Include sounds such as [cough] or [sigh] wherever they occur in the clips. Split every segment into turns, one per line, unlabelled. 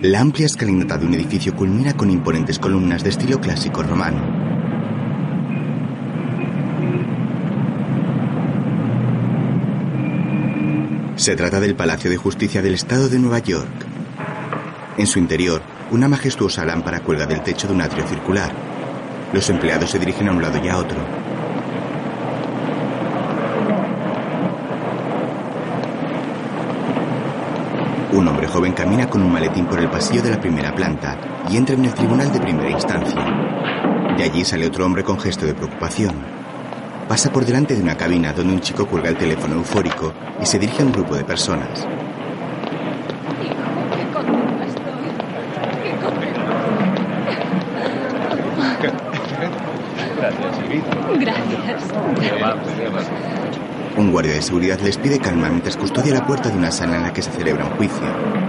La amplia escalinata de un edificio culmina con imponentes columnas de estilo clásico romano. Se trata del Palacio de Justicia del Estado de Nueva York. En su interior, una majestuosa lámpara cuelga del techo de un atrio circular. Los empleados se dirigen a un lado y a otro. Un hombre joven camina con un maletín por el pasillo de la primera planta y entra en el tribunal de primera instancia. De allí sale otro hombre con gesto de preocupación. Pasa por delante de una cabina donde un chico cuelga el teléfono eufórico y se dirige a un grupo de personas.
Qué contenta estoy. Qué contenta.
Gracias, Ivita.
Gracias.
Un guardia de seguridad les pide calma mientras custodia la puerta de una sala en la que se celebra un juicio.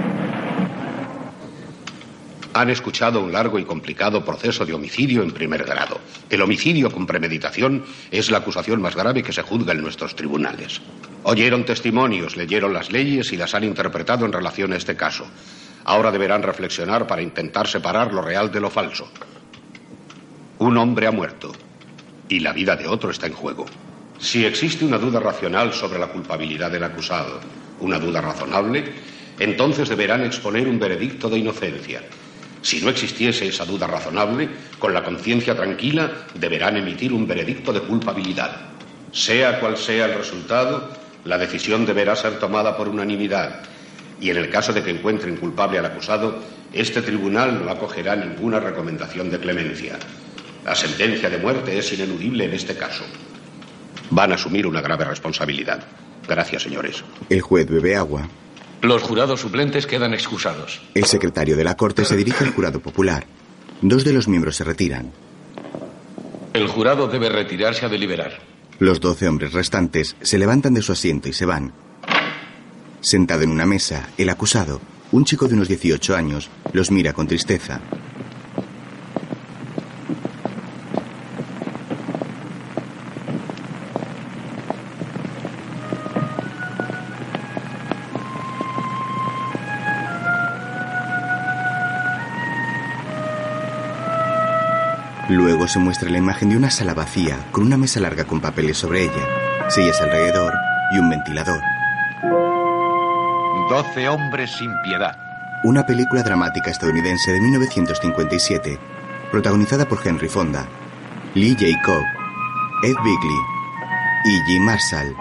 Han escuchado un largo y complicado proceso de homicidio en primer grado. El homicidio con premeditación es la acusación más grave que se juzga en nuestros tribunales. Oyeron testimonios, leyeron las leyes y las han interpretado en relación a este caso. Ahora deberán reflexionar para intentar separar lo real de lo falso. Un hombre ha muerto y la vida de otro está en juego. Si existe una duda racional sobre la culpabilidad del acusado, una duda razonable, entonces deberán exponer un veredicto de inocencia. Si no existiese esa duda razonable, con la conciencia tranquila deberán emitir un veredicto de culpabilidad. Sea cual sea el resultado, la decisión deberá ser tomada por unanimidad y en el caso de que encuentren culpable al acusado, este tribunal no acogerá ninguna recomendación de clemencia. La sentencia de muerte es ineludible en este caso. Van a asumir una grave responsabilidad. Gracias, señores.
El juez bebe agua.
Los jurados suplentes quedan excusados.
El secretario de la corte se dirige al jurado popular. Dos de los miembros se retiran.
El jurado debe retirarse a deliberar.
Los doce hombres restantes se levantan de su asiento y se van. Sentado en una mesa, el acusado, un chico de unos 18 años, los mira con tristeza. Luego se muestra la imagen de una sala vacía, con una mesa larga con papeles sobre ella, sillas alrededor y un ventilador.
Doce hombres sin piedad.
Una película dramática estadounidense de 1957, protagonizada por Henry Fonda, Lee Jacob, Ed Bigley, E. G. Marshall,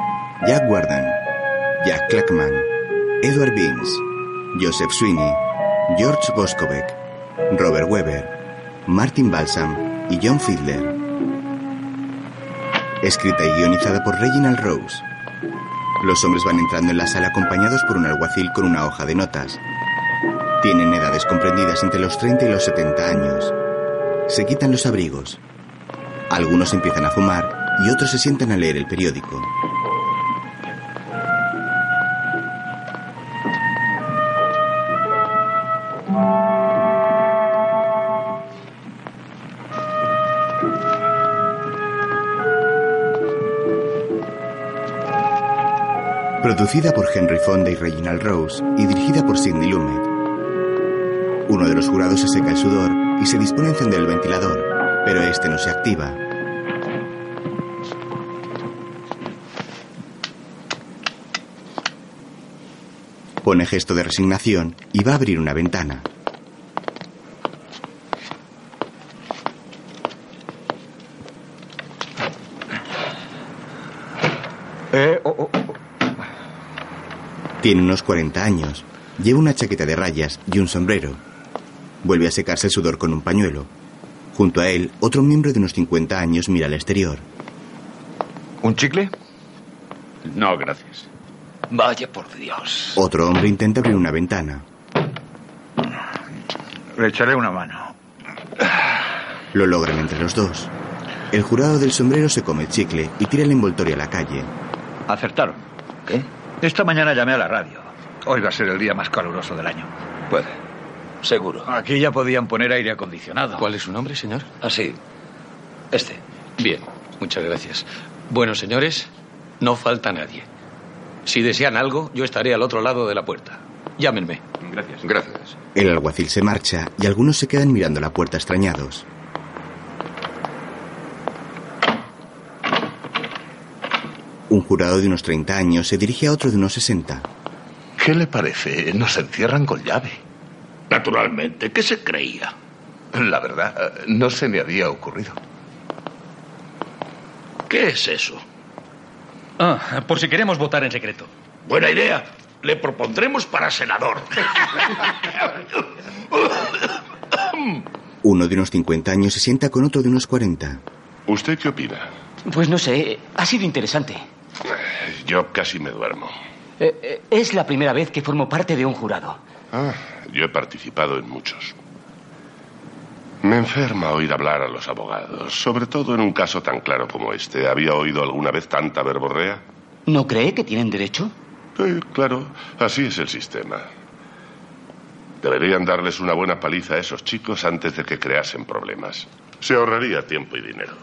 Jack Warden, Jack Clackman, Edward Beams, Joseph Sweeney, George Boscovec, Robert Weber, Martin Balsam y John Fiedler. Escrita y guionizada por Reginald Rose. Los hombres van entrando en la sala acompañados por un alguacil con una hoja de notas. Tienen edades comprendidas entre los 30 y los 70 años. Se quitan los abrigos. Algunos empiezan a fumar y otros se sientan a leer el periódico. Producida por Henry Fonda y Reginald Rose y dirigida por Sidney Lumet. Uno de los jurados se seca el sudor y se dispone a encender el ventilador, pero este no se activa. Pone gesto de resignación y va a abrir una ventana.
Eh, oh, oh, oh.
Tiene unos 40 años. Lleva una chaqueta de rayas y un sombrero. Vuelve a secarse el sudor con un pañuelo. Junto a él, otro miembro de unos 50 años mira al exterior.
¿Un chicle?
No, gracias. Vaya por Dios.
Otro hombre intenta abrir una ventana.
Le echaré una mano.
Lo logran entre los dos. El jurado del sombrero se come el chicle y tira el envoltorio a la calle.
Acertaron.
¿Qué?
Esta mañana llamé a la radio. Hoy va a ser el día más caluroso del año.
Puede. Seguro.
Aquí ya podían poner aire acondicionado.
¿Cuál es su nombre, señor?
Ah,
Así. Este.
Bien, muchas gracias. Bueno, señores, no falta nadie. Si desean algo, yo estaré al otro lado de la puerta.
Llámenme.
Gracias.
Gracias.
El alguacil se marcha y algunos se quedan mirando la puerta extrañados. Un jurado de unos 30 años se dirige a otro de unos 60.
¿Qué le parece? Nos encierran con llave. Naturalmente, ¿qué se creía? La verdad, eh, no se me había ocurrido. ¿Qué es eso?
Ah, por si queremos votar en secreto.
Buena idea. Le propondremos para senador.
Uno de unos 50 años se sienta con otro de unos 40.
¿Usted qué opina?
Pues no sé, ha sido interesante.
Yo casi me duermo.
Eh, eh, es la primera vez que formo parte de un jurado.
Ah, yo he participado en muchos. Me enferma oír hablar a los abogados, sobre todo en un caso tan claro como este. ¿Había oído alguna vez tanta verborrea?
¿No cree que tienen derecho?
Eh, claro, así es el sistema. Deberían darles una buena paliza a esos chicos antes de que creasen problemas. Se ahorraría tiempo y dinero.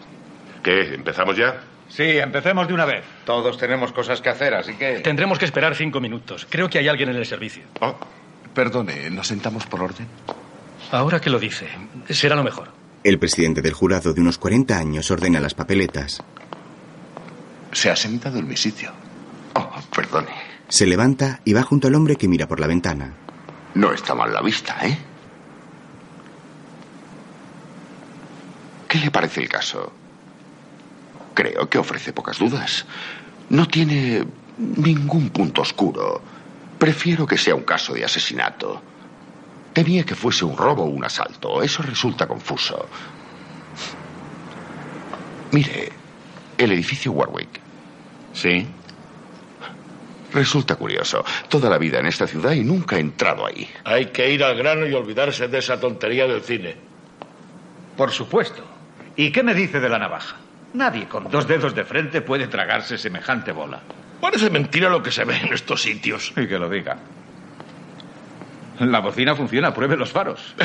¿Qué? ¿Empezamos ya?
Sí, empecemos de una vez.
Todos tenemos cosas que hacer, así que...
Tendremos que esperar cinco minutos. Creo que hay alguien en el servicio.
Oh,
Perdone, ¿nos sentamos por orden?
Ahora que lo dice, será lo mejor.
El presidente del jurado de unos 40 años ordena las papeletas.
Se ha sentado en mi sitio. Oh, perdone.
Se levanta y va junto al hombre que mira por la ventana.
No está mal la vista, ¿eh? ¿Qué le parece el caso? Creo que ofrece pocas dudas. No tiene ningún punto oscuro. Prefiero que sea un caso de asesinato. Temía que fuese un robo o un asalto. Eso resulta confuso. Mire, el edificio Warwick.
Sí.
Resulta curioso. Toda la vida en esta ciudad y nunca he entrado ahí.
Hay que ir al grano y olvidarse de esa tontería del cine.
Por supuesto. ¿Y qué me dice de la navaja? Nadie con dos dedos de frente puede tragarse semejante bola.
Parece mentira lo que se ve en estos sitios.
Y que lo diga. La bocina funciona, pruebe los
[laughs]
faros.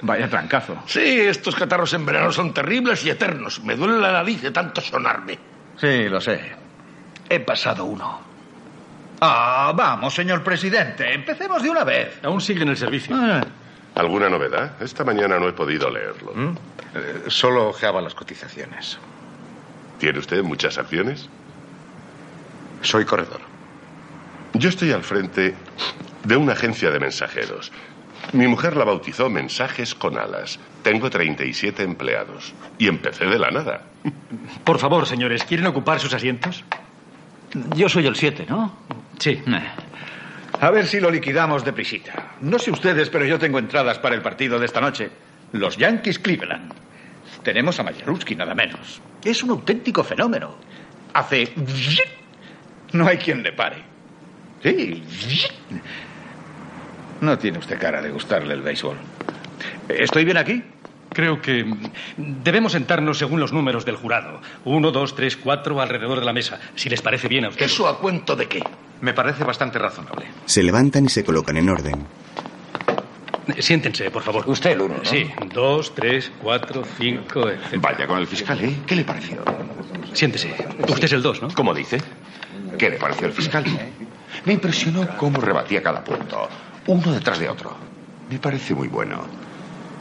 Vaya trancazo.
Sí, estos catarros en verano son terribles y eternos. Me duele la nariz de tanto sonarme.
Sí, lo sé.
He pasado uno.
Ah, vamos, señor presidente. Empecemos de una vez.
Aún sigue en el servicio.
Ah,
¿Alguna novedad? Esta mañana no he podido leerlo.
¿Mm? Eh, solo ojeaba las cotizaciones.
¿Tiene usted muchas acciones?
Soy corredor.
Yo estoy al frente de una agencia de mensajeros. Mi mujer la bautizó Mensajes con Alas. Tengo 37 empleados. Y empecé de la nada.
Por favor, señores, ¿quieren ocupar sus asientos?
Yo soy el 7, ¿no?
Sí.
A ver si lo liquidamos deprisita. No sé ustedes, pero yo tengo entradas para el partido de esta noche. Los Yankees Cleveland. Tenemos a Mayaruski, nada menos. Es un auténtico fenómeno. Hace... No hay quien le pare. Sí. No tiene usted cara de gustarle el béisbol. ¿Estoy bien aquí?
Creo que mm, debemos sentarnos según los números del jurado. Uno, dos, tres, cuatro alrededor de la mesa, si les parece bien a ustedes.
¿Eso a cuento de qué?
Me parece bastante razonable.
Se levantan y se colocan en orden.
Eh, Siéntense, por favor.
Usted el uno, ¿no?
Sí, dos, tres, cuatro, cinco, etc.
Vaya con el fiscal, ¿eh? ¿Qué le pareció?
Siéntese. Usted Este es el dos, ¿no?
¿Cómo dice? ¿Qué le pareció el fiscal? Me impresionó cómo rebatía cada punto, uno detrás de otro. Me parece muy bueno.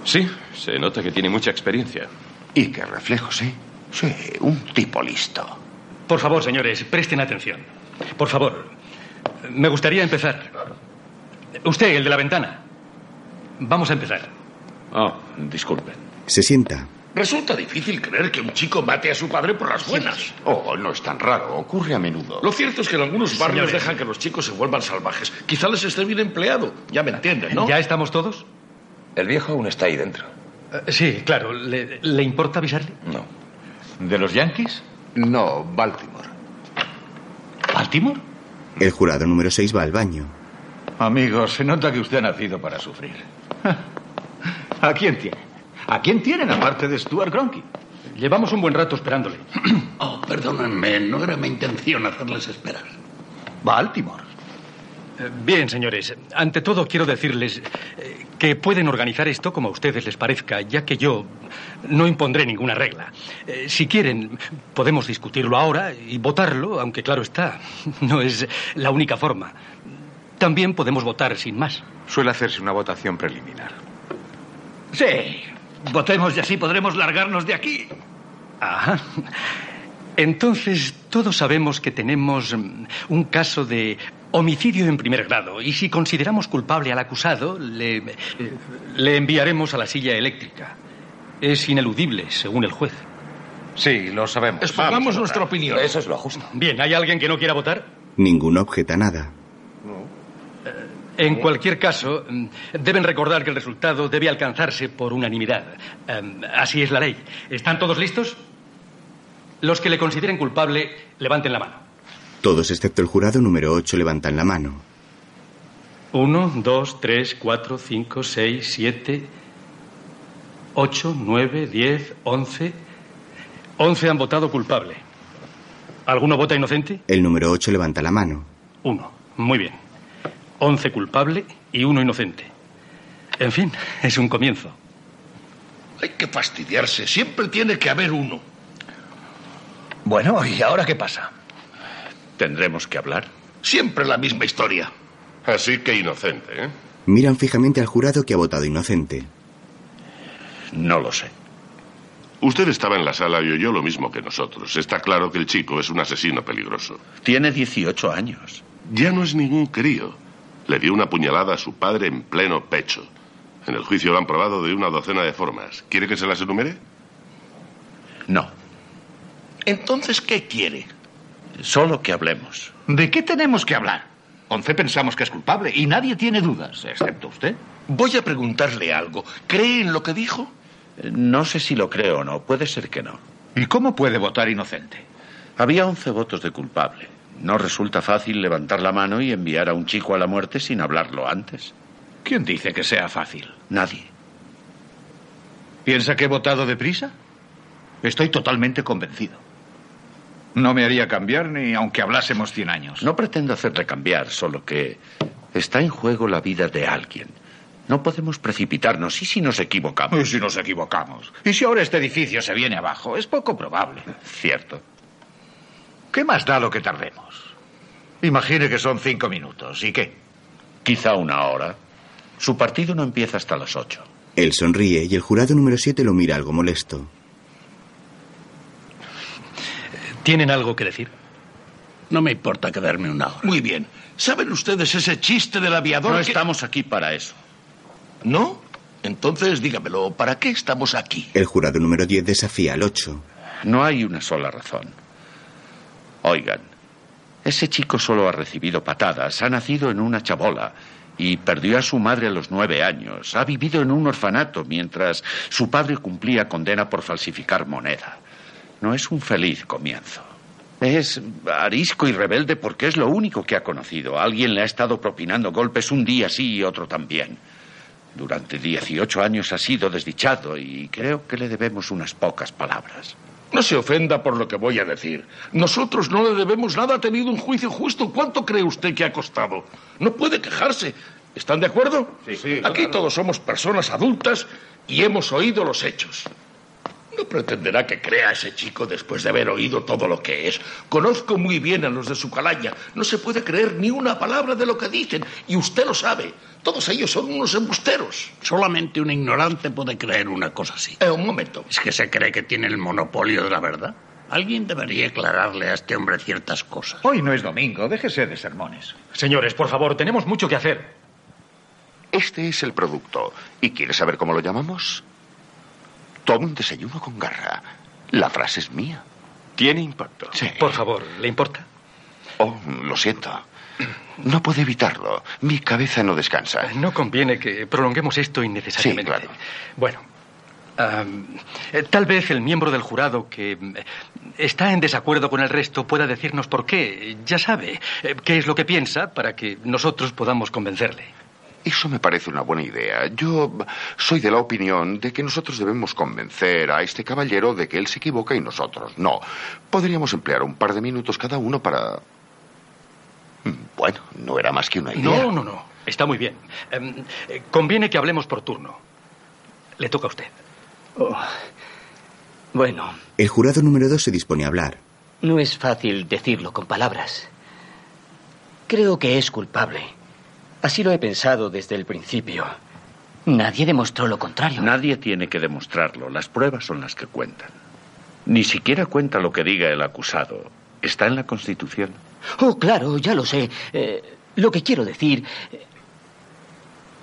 Sí, se nota que tiene mucha experiencia.
Y qué reflejos, ¿eh? Sí, un tipo listo.
Por favor, señores, presten atención. Por favor, me gustaría empezar. Usted, el de la ventana. Vamos a empezar.
Oh,
Ah,
disculpen.
Se sienta.
Resulta difícil creer que un chico mate a su padre por las buenas.
Oh, no es tan raro, ocurre a menudo.
Lo cierto es que en algunos barrios
Señores.
dejan que los chicos se vuelvan salvajes. Quizá les esté bien empleado. Ya me entienden, ¿no?
¿Ya estamos todos?
El viejo aún está ahí dentro.
Eh, sí, claro. ¿Le, le importa avisarle?
No.
¿De los Yankees?
No, Baltimore.
¿Baltimore?
El jurado número 6 va al baño.
Amigos, se nota que usted ha nacido para sufrir. [laughs] ¿A quién tienen? ¿A quién tienen aparte de Stuart Gronky?
Llevamos un buen rato esperándole.
Oh, perdónenme, no era mi intención hacerles esperar.
Baltimore.
Eh, Bien, señores. Ante todo, quiero decirles eh, que pueden organizar esto como a ustedes les parezca, ya que yo no impondré ninguna regla. Eh, Si quieren, podemos [laughs] discutirlo ahora y votarlo, aunque claro está, no es la única forma. También podemos votar sin más.
Suele hacerse una votación preliminar.
Sí, votemos y así podremos largarnos de aquí.
Ajá. Entonces, todos sabemos que tenemos mm, un caso de homicidio en primer grado y si consideramos culpable al acusado, le, eh, le enviaremos a la silla eléctrica. Es ineludible, según el juez.
Sí, lo sabemos.
Expongamos nuestra opinión.
Eso es lo justo.
Bien, ¿hay alguien que no quiera votar? Eh,
Ninguno objeta nada.
En cualquier caso, mm, deben recordar que el resultado debe alcanzarse por unanimidad. Em, así es la ley. ¿Están todos listos? Los que le consideren culpable, levanten la mano.
Todos excepto el jurado número 8 levantan la mano.
1, 2, 3, 4, 5, 6, 7, 8, 9, 10, 11. 11 han votado culpable. ¿Alguno vota inocente?
El número 8 levanta la mano.
Uno. Muy bien. 11 culpable y uno inocente. En fin, [laughs] es un comienzo.
Hay que fastidiarse. Siempre tiene que haber uno.
Bueno, ¿y ahora qué pasa?
Tendremos que hablar. Siempre la misma historia.
Así que inocente, ¿eh?
Miran fijamente al jurado que ha votado inocente.
No lo sé. Usted estaba en la sala y oyó lo mismo que nosotros. Está claro que el chico es un asesino peligroso.
Tiene 18 años.
Ya no es ningún crío. Le dio una puñalada a su padre en pleno pecho. En el juicio lo han probado de una docena de formas. ¿Quiere que se las enumere?
No. Entonces, ¿qué quiere?
Solo que hablemos. ¿De qué tenemos que hablar? Once pensamos que es culpable y nadie tiene dudas, excepto usted.
Voy a preguntarle algo. ¿Cree en lo que dijo?
Eh, No sé si lo creo o no. Puede ser que no.
¿Y cómo puede votar inocente?
Había 11 votos de culpable. No resulta fácil levantar la mano y enviar a un chico a la muerte sin hablarlo antes.
¿Quién dice que sea fácil?
Nadie.
¿Piensa que he votado deprisa? Estoy totalmente convencido. No me haría cambiar ni aunque hablásemos 100 años.
No pretendo hacerle cambiar, solo que está en juego la vida de alguien. No podemos precipitarnos. ¿Y si nos equivocamos?
¿Y si nos equivocamos? ¿Y si ahora este edificio se viene abajo? Es poco probable.
Cierto.
¿Qué más da lo que tardemos? Imagine que son cinco minutos. ¿Y qué?
Quizá una hora. Su partido no empieza hasta las ocho.
Él sonríe y el jurado número 7 lo mira algo molesto.
¿Tienen algo que decir?
No me importa quedarme una hora.
Muy bien. ¿Saben ustedes ese chiste del aviador?
No
que-
estamos aquí para eso.
¿No? Entonces dígamelo, ¿para qué estamos aquí?
El jurado número 10 desafía al 8.
No hay una sola razón. Oigan, ese chico solo ha recibido patadas, ha nacido en una chabola y perdió a su madre a los nueve años. Ha vivido en un orfanato mientras su padre cumplía condena por falsificar moneda. No es un feliz comienzo. Es arisco y rebelde porque es lo único que ha conocido. Alguien le ha estado propinando golpes un día sí y otro también. Durante 18 años ha sido desdichado y creo que le debemos unas pocas palabras.
No se ofenda por lo que voy a decir. Nosotros no le debemos nada. Ha tenido un juicio justo. ¿Cuánto cree usted que ha costado? No puede quejarse. ¿Están de acuerdo? Sí, Aquí todos somos personas adultas y hemos oído los hechos. No pretenderá que crea a ese chico después de haber oído todo lo que es. Conozco muy bien a los de su calaña. No se puede creer ni una palabra de lo que dicen. Y usted lo sabe. Todos ellos son unos embusteros.
Solamente un ignorante puede creer una cosa así.
Eh, un momento.
¿Es que se cree que tiene el monopolio de la verdad? Alguien debería aclararle a este hombre ciertas cosas.
Hoy no es domingo, déjese de sermones.
Señores, por favor, tenemos mucho que hacer.
Este es el producto. ¿Y quieres saber cómo lo llamamos? Toma un desayuno con garra. La frase es mía.
Tiene impacto.
Sí.
Por favor, ¿le importa?
Oh, lo siento. No puedo evitarlo. Mi cabeza no descansa.
No conviene que prolonguemos esto innecesariamente.
Sí, claro.
Bueno, am, eh, tal vez el miembro del jurado que mm, está en desacuerdo con el resto pueda decirnos por qué. Ya sabe eh, qué es lo que piensa para que nosotros podamos convencerle.
Eso me parece una buena idea. Yo soy de la opinión de que nosotros debemos convencer a este caballero de que él se equivoca y nosotros no. Podríamos emplear un par de minutos cada uno para... Mm, Bueno, no era más que una idea.
No, no, no. Está muy bien. Em, eh, conviene que hablemos por turno. Le toca a usted.
Oh.
Bueno,
El jurado número 2 se dispone a hablar.
no es fácil decirlo con palabras. Creo que es culpable. Así lo he pensado desde el principio. Nadie demostró lo contrario.
Nadie tiene que demostrarlo. Las pruebas son las que cuentan. Ni siquiera cuenta lo que diga el acusado. Está en la Constitución.
Oh, claro, ya lo sé. Eh, lo que quiero decir... eh,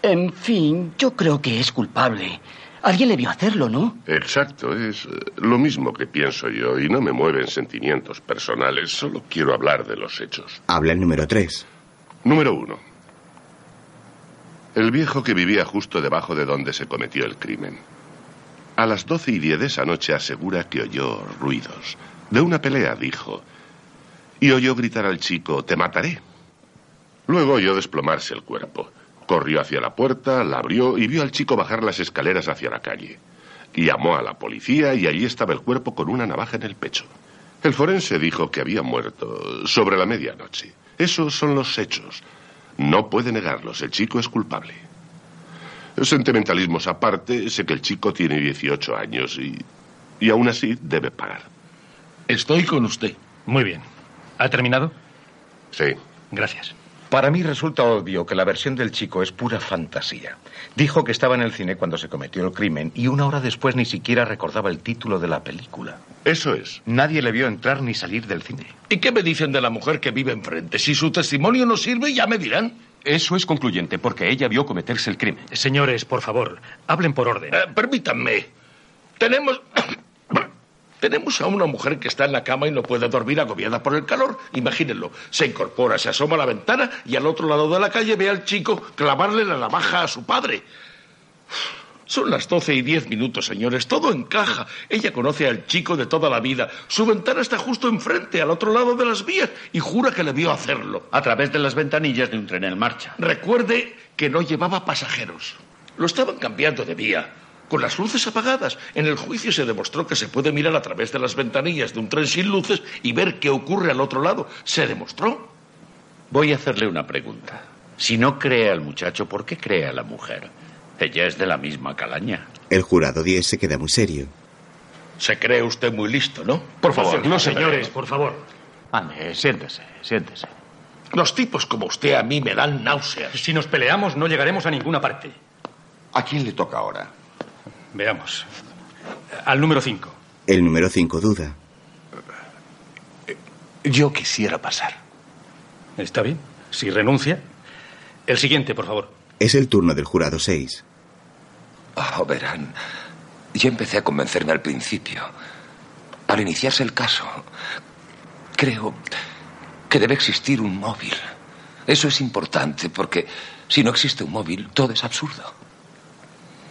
En fin, yo creo que es culpable. Alguien le vio hacerlo, ¿no?
Exacto, es eh, lo mismo que pienso yo y no me mueven sentimientos personales, solo quiero hablar de los hechos.
Habla el número 3.
Número uno. El viejo que vivía justo debajo de donde se cometió el crimen. A las doce y diez de esa noche asegura que oyó ruidos. De una pelea, dijo. Y oyó gritar al chico, te mataré. Luego oyó desplomarse el cuerpo. Corrió hacia la puerta, la abrió y vio al chico bajar las escaleras hacia la calle. Llamó a la policía y allí estaba el cuerpo con una navaja en el pecho. El forense dijo que había muerto sobre la medianoche. Esos son los hechos. No puede negarlos, el chico es culpable. Sentimentalismos aparte, sé que el chico tiene 18 años y, y aún así debe pagar.
Estoy con usted.
Muy bien.
¿Ha terminado?
Sí.
Gracias.
Para mí resulta obvio que la versión del chico es pura fantasía. Dijo que estaba en el cine cuando se cometió el crimen y una hora después ni siquiera recordaba el título de la película.
Eso es.
Nadie le vio entrar ni salir del cine.
¿Y qué me dicen de la mujer que vive enfrente? Si su testimonio no sirve, ya me dirán.
Eso es concluyente, porque ella vio cometerse el crimen.
Señores, por favor, hablen por orden.
Eh, permítanme. Tenemos. [coughs] Tenemos a una mujer que está en la cama y no puede dormir agobiada por el calor. Imagínenlo. Se incorpora, se asoma a la ventana y al otro lado de la calle ve al chico clavarle la navaja a su padre. Son las doce y diez minutos, señores. Todo encaja. Ella conoce al chico de toda la vida. Su ventana está justo enfrente, al otro lado de las vías, y jura que le vio hacerlo.
A través de las ventanillas de un tren en marcha.
Recuerde que no llevaba pasajeros. Lo estaban cambiando de vía. Con las luces apagadas, en el juicio se demostró que se puede mirar a través de las ventanillas de un tren sin luces y ver qué ocurre al otro lado. Se demostró.
Voy a hacerle una pregunta. Si no cree al muchacho, ¿por qué cree a la mujer? Ella es de la misma calaña.
El jurado 10 se queda muy serio.
Se cree usted muy listo, ¿no? Por favor,
no, señores,
por favor.
Ande, siéntese, siéntese.
Los tipos como usted a mí me dan náuseas.
Si nos peleamos, no llegaremos a ninguna parte.
¿A quién le toca ahora?
Veamos. Al número 5.
El número 5 duda.
Yo quisiera pasar. Está bien. Si renuncia. El siguiente, por favor.
Es el turno del jurado 6.
Oh, verán, yo empecé a convencerme al principio, al iniciarse el caso. Creo que debe existir un móvil. Eso es importante porque si no existe un móvil, todo es absurdo.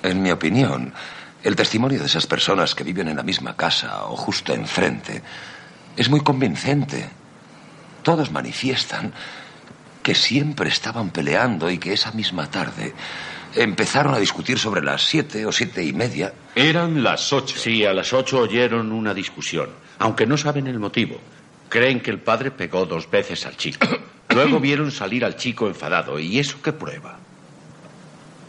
En mi opinión, el testimonio de esas personas que viven en la misma casa o justo enfrente es muy convincente. Todos manifiestan que siempre estaban peleando y que esa misma tarde empezaron a discutir sobre las siete o siete y media.
Eran las ocho. Sí, a las ocho oyeron una discusión, aunque no saben el motivo. Creen que el padre pegó dos veces al
[coughs]
chico. Luego vieron salir al chico enfadado. ¿Y eso qué prueba?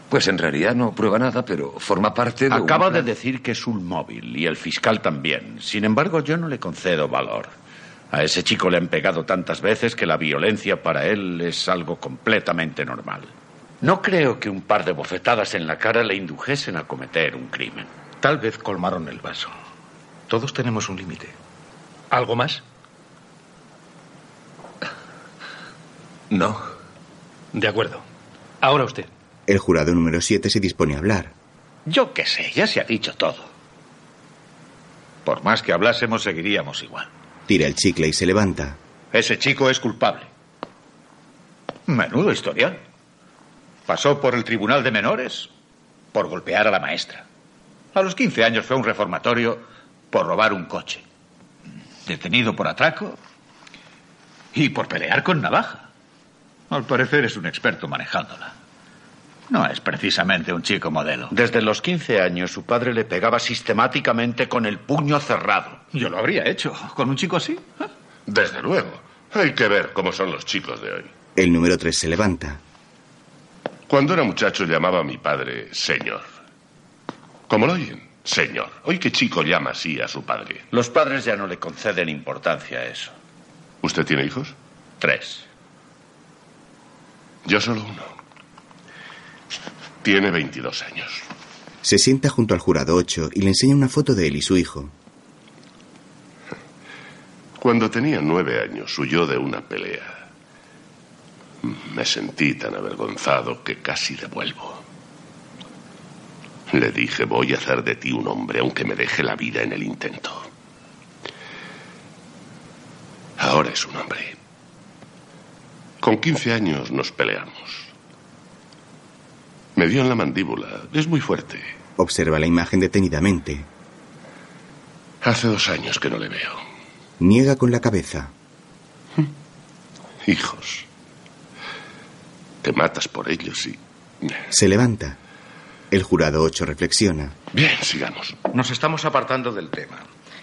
Pues en realidad no prueba nada, pero forma parte de. un
Acaba de
plan.
decir que es un móvil y el fiscal también. Sin embargo, yo no le concedo valor. A ese chico le han pegado tantas veces que la violencia para él es algo completamente normal. No creo que un par de bofetadas en la cara le indujesen a cometer un crimen.
Tal vez colmaron el vaso. Todos tenemos un límite.
¿Algo más?
No.
De acuerdo. Ahora usted.
El jurado número 7 se dispone a hablar.
Yo qué sé, ya se ha dicho todo. Por más que hablásemos, seguiríamos igual.
Tira el chicle y se levanta.
Ese chico es culpable. Menudo historial. Pasó por el tribunal de menores por golpear a la maestra. A los 15 años fue a un reformatorio por robar un coche. Detenido por atraco y por pelear con navaja. Al parecer es un experto manejándola. No es precisamente un chico modelo.
Desde los 15 años su padre le pegaba sistemáticamente con el puño cerrado.
Yo lo habría hecho. ¿Con un chico así? ¿eh?
Desde luego. Hay que ver cómo son los chicos de hoy.
El número 3 se levanta.
Cuando era muchacho llamaba a mi padre señor. ¿Cómo lo oyen? Señor. Hoy qué chico llama así a su padre.
Los padres ya no le conceden importancia a eso.
¿Usted tiene hijos?
Tres.
Yo solo uno. Tiene 22 años.
Se sienta junto al jurado 8 y le enseña una foto de él y su hijo.
Cuando tenía nueve años huyó de una pelea. Me sentí tan avergonzado que casi devuelvo. Le dije, voy a hacer de ti un hombre, aunque me deje la vida en el intento. Ahora es un hombre. Con 15 años nos peleamos. Me dio en la mandíbula. Es muy fuerte.
Observa la imagen detenidamente.
Hace dos años que no le veo.
Niega con la cabeza.
[laughs] Hijos. Te matas por ellos y...
Se levanta. El jurado 8 reflexiona.
Bien, sigamos.
Nos estamos apartando del tema.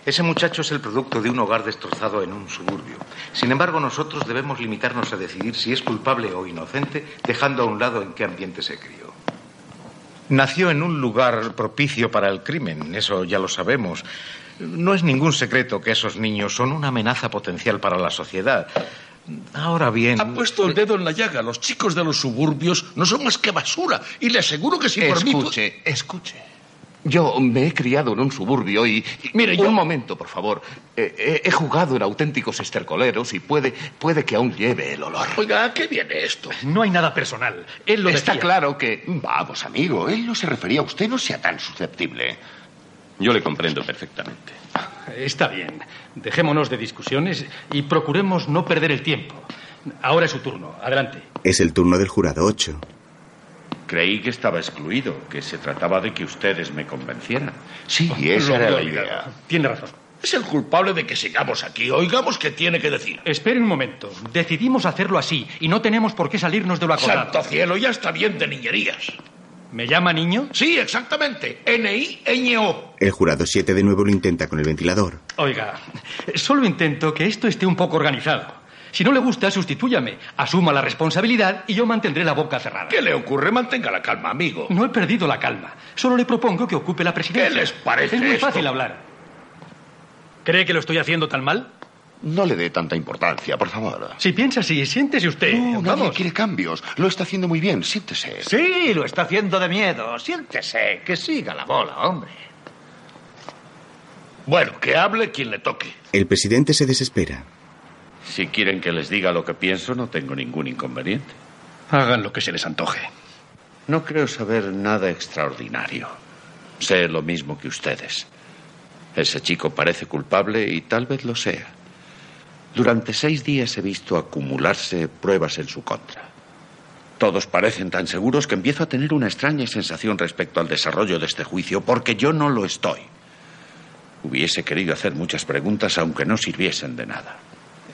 Ese muchacho es el producto de un hogar destrozado en un suburbio. Sin embargo, nosotros debemos limitarnos a decidir si es culpable o inocente, dejando a un lado en qué ambiente se crió. Nació en un lugar propicio para el crimen, eso ya lo sabemos. No es ningún secreto que esos niños son una amenaza potencial para la sociedad. Ahora bien...
Ha puesto el dedo en la llaga. Los chicos de los suburbios no son más que basura. Y le aseguro que si por mí...
Escuche, escuche. Yo me he criado en un suburbio y... y-
Mire,
un
yo-
momento, por favor. Eh, he, he jugado en auténticos estercoleros y puede, puede que aún lleve el olor.
Oiga, ¿a qué viene esto?
No hay nada personal. Él
lo
Está
decía.
claro que... Vamos, amigo, él no se refería a usted, no sea tan susceptible.
Yo le comprendo perfectamente.
Está bien. Dejémonos de discusiones y procuremos no perder el tiempo. Ahora es su turno. Adelante.
Es el turno del jurado 8.
Creí que estaba excluido, que se trataba de que ustedes me convencieran.
Sí,
y esa era la
idea.
Tiene razón.
Es el culpable de que sigamos aquí. Oigamos qué tiene que decir.
Espere un momento. Decidimos hacerlo así y no tenemos por qué salirnos de lo acordado.
Santo cielo, ya está bien de niñerías.
¿Me llama niño?
Sí, exactamente. N-I-Ñ-O.
El jurado 7 de nuevo lo intenta con el ventilador.
Oiga, solo intento que esto esté un poco organizado. Si no le gusta, sustitúyame. Asuma la responsabilidad y yo mantendré la boca cerrada.
¿Qué le ocurre? Mantenga la calma, amigo.
No he perdido la calma. Solo le propongo que ocupe la presidencia.
¿Qué les parece
Es muy
esto?
fácil hablar. ¿Cree que lo estoy haciendo tan mal?
No le dé tanta importancia, por favor.
Si piensa así, siéntese usted.
No, nadie
Vamos.
quiere cambios. Lo está haciendo muy bien. Siéntese.
Sí, lo está haciendo de miedo. Siéntese, que siga la bola, hombre.
Bueno, que hable quien le toque.
El presidente se desespera.
Si quieren que les diga lo que pienso, no tengo ningún inconveniente.
Hagan lo que se les antoje.
No creo saber nada extraordinario. Sé lo mismo que ustedes. Ese chico parece culpable y tal vez lo sea. Durante seis días he visto acumularse pruebas en su contra. Todos parecen tan seguros que empiezo a tener una extraña sensación respecto al desarrollo de este juicio, porque yo no lo estoy. Hubiese querido hacer muchas preguntas, aunque no sirviesen de nada.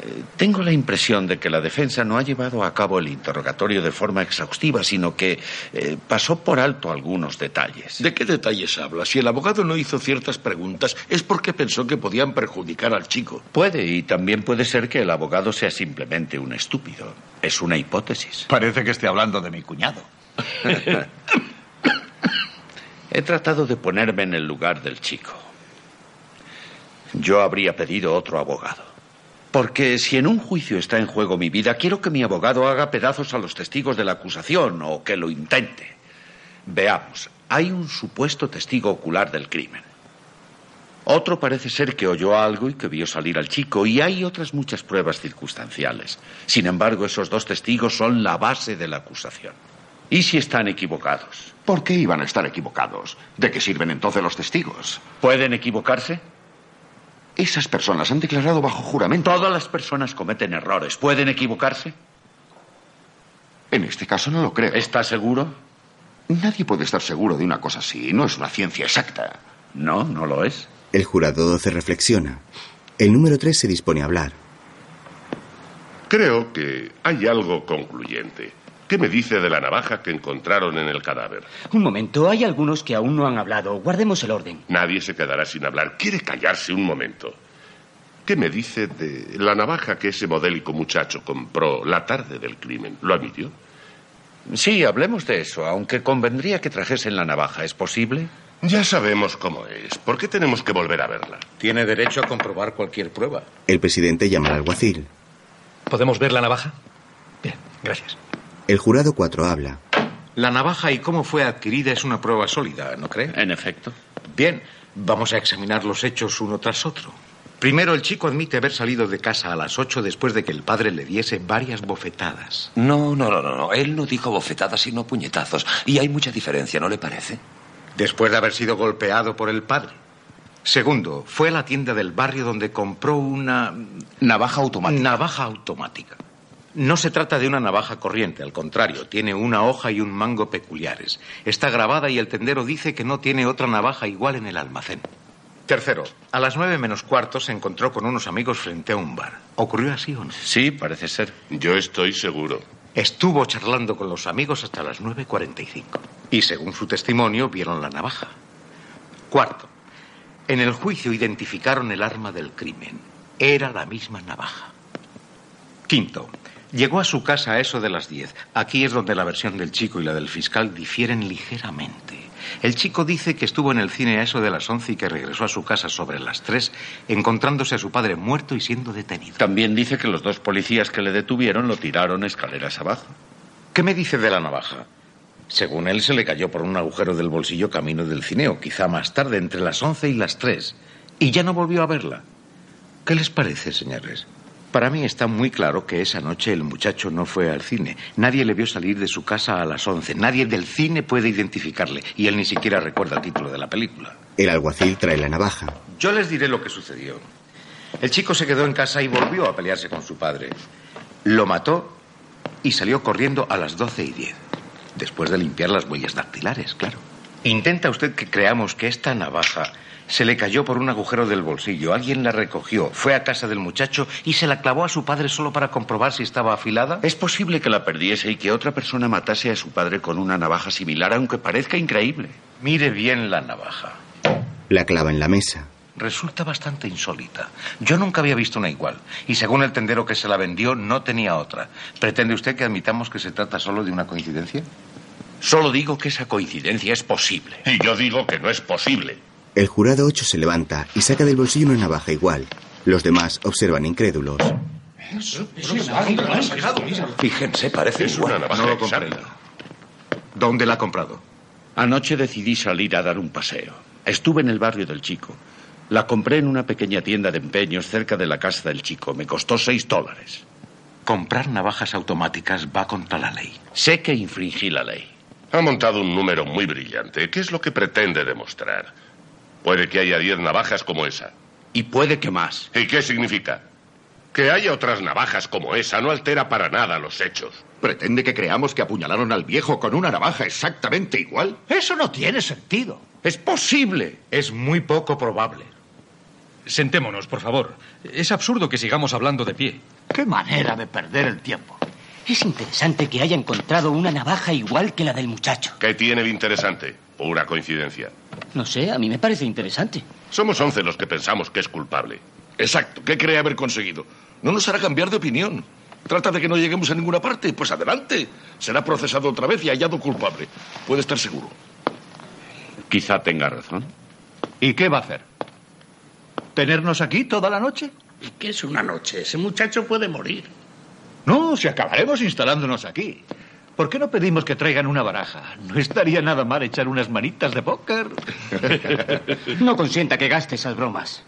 Eh, tengo la impresión de que la defensa no ha llevado a cabo el interrogatorio de forma exhaustiva, sino que eh, pasó por alto algunos detalles.
¿De qué detalles habla? Si el abogado no hizo ciertas preguntas, es porque pensó que podían perjudicar al chico.
Puede, y también puede ser que el abogado sea simplemente un estúpido. Es una hipótesis.
Parece que esté hablando de mi cuñado.
[laughs] He tratado de ponerme en el lugar del chico. Yo habría pedido otro abogado. Porque si en un juicio está en juego mi vida, quiero que mi abogado haga pedazos a los testigos de la acusación o que lo intente. Veamos, hay un supuesto testigo ocular del crimen. Otro parece ser que oyó algo y que vio salir al chico, y hay otras muchas pruebas circunstanciales. Sin embargo, esos dos testigos son la base de la acusación. ¿Y si están equivocados?
¿Por qué iban a estar equivocados? ¿De qué sirven entonces los testigos?
¿Pueden equivocarse?
Esas personas han declarado bajo juramento.
Todas las personas cometen errores. ¿Pueden equivocarse?
En este caso no lo creo.
¿Está seguro?
Nadie puede estar seguro de una cosa así. No es una ciencia exacta.
No, no lo es.
El jurado 12 reflexiona. El número 3 se dispone a hablar.
Creo que hay algo concluyente. ¿Qué me dice de la navaja que encontraron en el cadáver?
Un momento, hay algunos que aún no han hablado. Guardemos el orden.
Nadie se quedará sin hablar. Quiere callarse un momento. ¿Qué me dice de la navaja que ese modélico muchacho compró la tarde del crimen? ¿Lo admitió?
Sí, hablemos de eso, aunque convendría que trajesen la navaja. ¿Es posible?
Ya sabemos cómo es. ¿Por qué tenemos que volver a verla?
Tiene derecho a comprobar cualquier prueba.
El presidente llama al alguacil.
¿Podemos ver la navaja? Bien, gracias.
El jurado 4 habla.
La navaja y cómo fue adquirida es una prueba sólida, ¿no cree?
En efecto.
Bien, vamos a examinar los hechos uno tras otro. Primero, el chico admite haber salido de casa a las ocho después de que el padre le diese varias bofetadas.
No, no, no, no, no. Él no dijo bofetadas, sino puñetazos. Y hay mucha diferencia, ¿no le parece?
después de haber sido golpeado por el padre. Segundo, fue a la tienda del barrio donde compró una... Navaja automática. Navaja automática. No se trata de una navaja corriente, al contrario, tiene una hoja y un mango peculiares. Está grabada y el tendero dice que no tiene otra navaja igual en el almacén. Tercero, a las nueve menos cuarto se encontró con unos amigos frente a un bar. ¿Ocurrió así o no?
Sí, parece ser.
Yo estoy seguro.
Estuvo charlando con los amigos hasta las 9.45. Y según su testimonio, vieron la navaja. Cuarto, en el juicio identificaron el arma del crimen. Era la misma navaja. Quinto, llegó a su casa a eso de las 10. Aquí es donde la versión del chico y la del fiscal difieren ligeramente. El chico dice que estuvo en el cine a eso de las 11 y que regresó a su casa sobre las 3, encontrándose a su padre muerto y siendo detenido.
También dice que los dos policías que le detuvieron lo tiraron escaleras abajo.
¿Qué me dice de la navaja? Según él, se le cayó por un agujero del bolsillo camino del cineo, quizá más tarde, entre las 11 y las 3. Y ya no volvió a verla. ¿Qué les parece, señores? Para mí está muy claro que esa noche el muchacho no fue al cine. Nadie le vio salir de su casa a las 11. Nadie del cine puede identificarle. Y él ni siquiera recuerda el título de la película.
El alguacil trae la navaja.
Yo les diré lo que sucedió. El chico se quedó en casa y volvió a pelearse con su padre. Lo mató y salió corriendo a las 12 y 10. Después de limpiar las huellas dactilares, claro. ¿Intenta usted que creamos que esta navaja se le cayó por un agujero del bolsillo? Alguien la recogió, fue a casa del muchacho y se la clavó a su padre solo para comprobar si estaba afilada.
Es posible que la perdiese y que otra persona matase a su padre con una navaja similar, aunque parezca increíble.
Mire bien la navaja.
La clava en la mesa.
Resulta bastante insólita. Yo nunca había visto una igual. Y según el tendero que se la vendió, no tenía otra. ¿Pretende usted que admitamos que se trata solo de una coincidencia?
Solo digo que esa coincidencia es posible.
Y yo digo que no es posible.
El jurado 8 se levanta y saca del bolsillo una navaja igual. Los demás observan incrédulos.
Fíjense, parece igual.
navaja
No lo
exacta.
¿Dónde la ha comprado?
Anoche decidí salir a dar un paseo. Estuve en el barrio del Chico. La compré en una pequeña tienda de empeños cerca de la casa del Chico. Me costó seis dólares.
Comprar navajas automáticas va contra la ley.
Sé que infringí la ley.
Ha montado un número muy brillante. ¿Qué es lo que pretende demostrar? Puede que haya diez navajas como esa.
Y puede que más.
¿Y qué significa? Que haya otras navajas como esa no altera para nada los hechos.
¿Pretende que creamos que apuñalaron al viejo con una navaja exactamente igual?
Eso no tiene sentido.
Es posible.
Es muy poco probable.
Sentémonos, por favor. Es absurdo que sigamos hablando de pie.
Qué manera de perder el tiempo.
Es interesante que haya encontrado una navaja igual que la del muchacho.
¿Qué tiene de interesante? Pura coincidencia.
No sé, a mí me parece interesante.
Somos once los que pensamos que es culpable.
Exacto. ¿Qué cree haber conseguido? No nos hará cambiar de opinión. Trata de que no lleguemos a ninguna parte. Pues adelante. Será procesado otra vez y hallado culpable. Puede estar seguro.
Quizá tenga razón.
¿Y qué va a hacer? ¿Tenernos aquí toda la noche?
¿Y qué es una noche? Ese muchacho puede morir.
No, si acabaremos instalándonos aquí. ¿Por qué no pedimos que traigan una baraja? No estaría nada mal echar unas manitas de póker.
[laughs] No consienta que gaste esas bromas.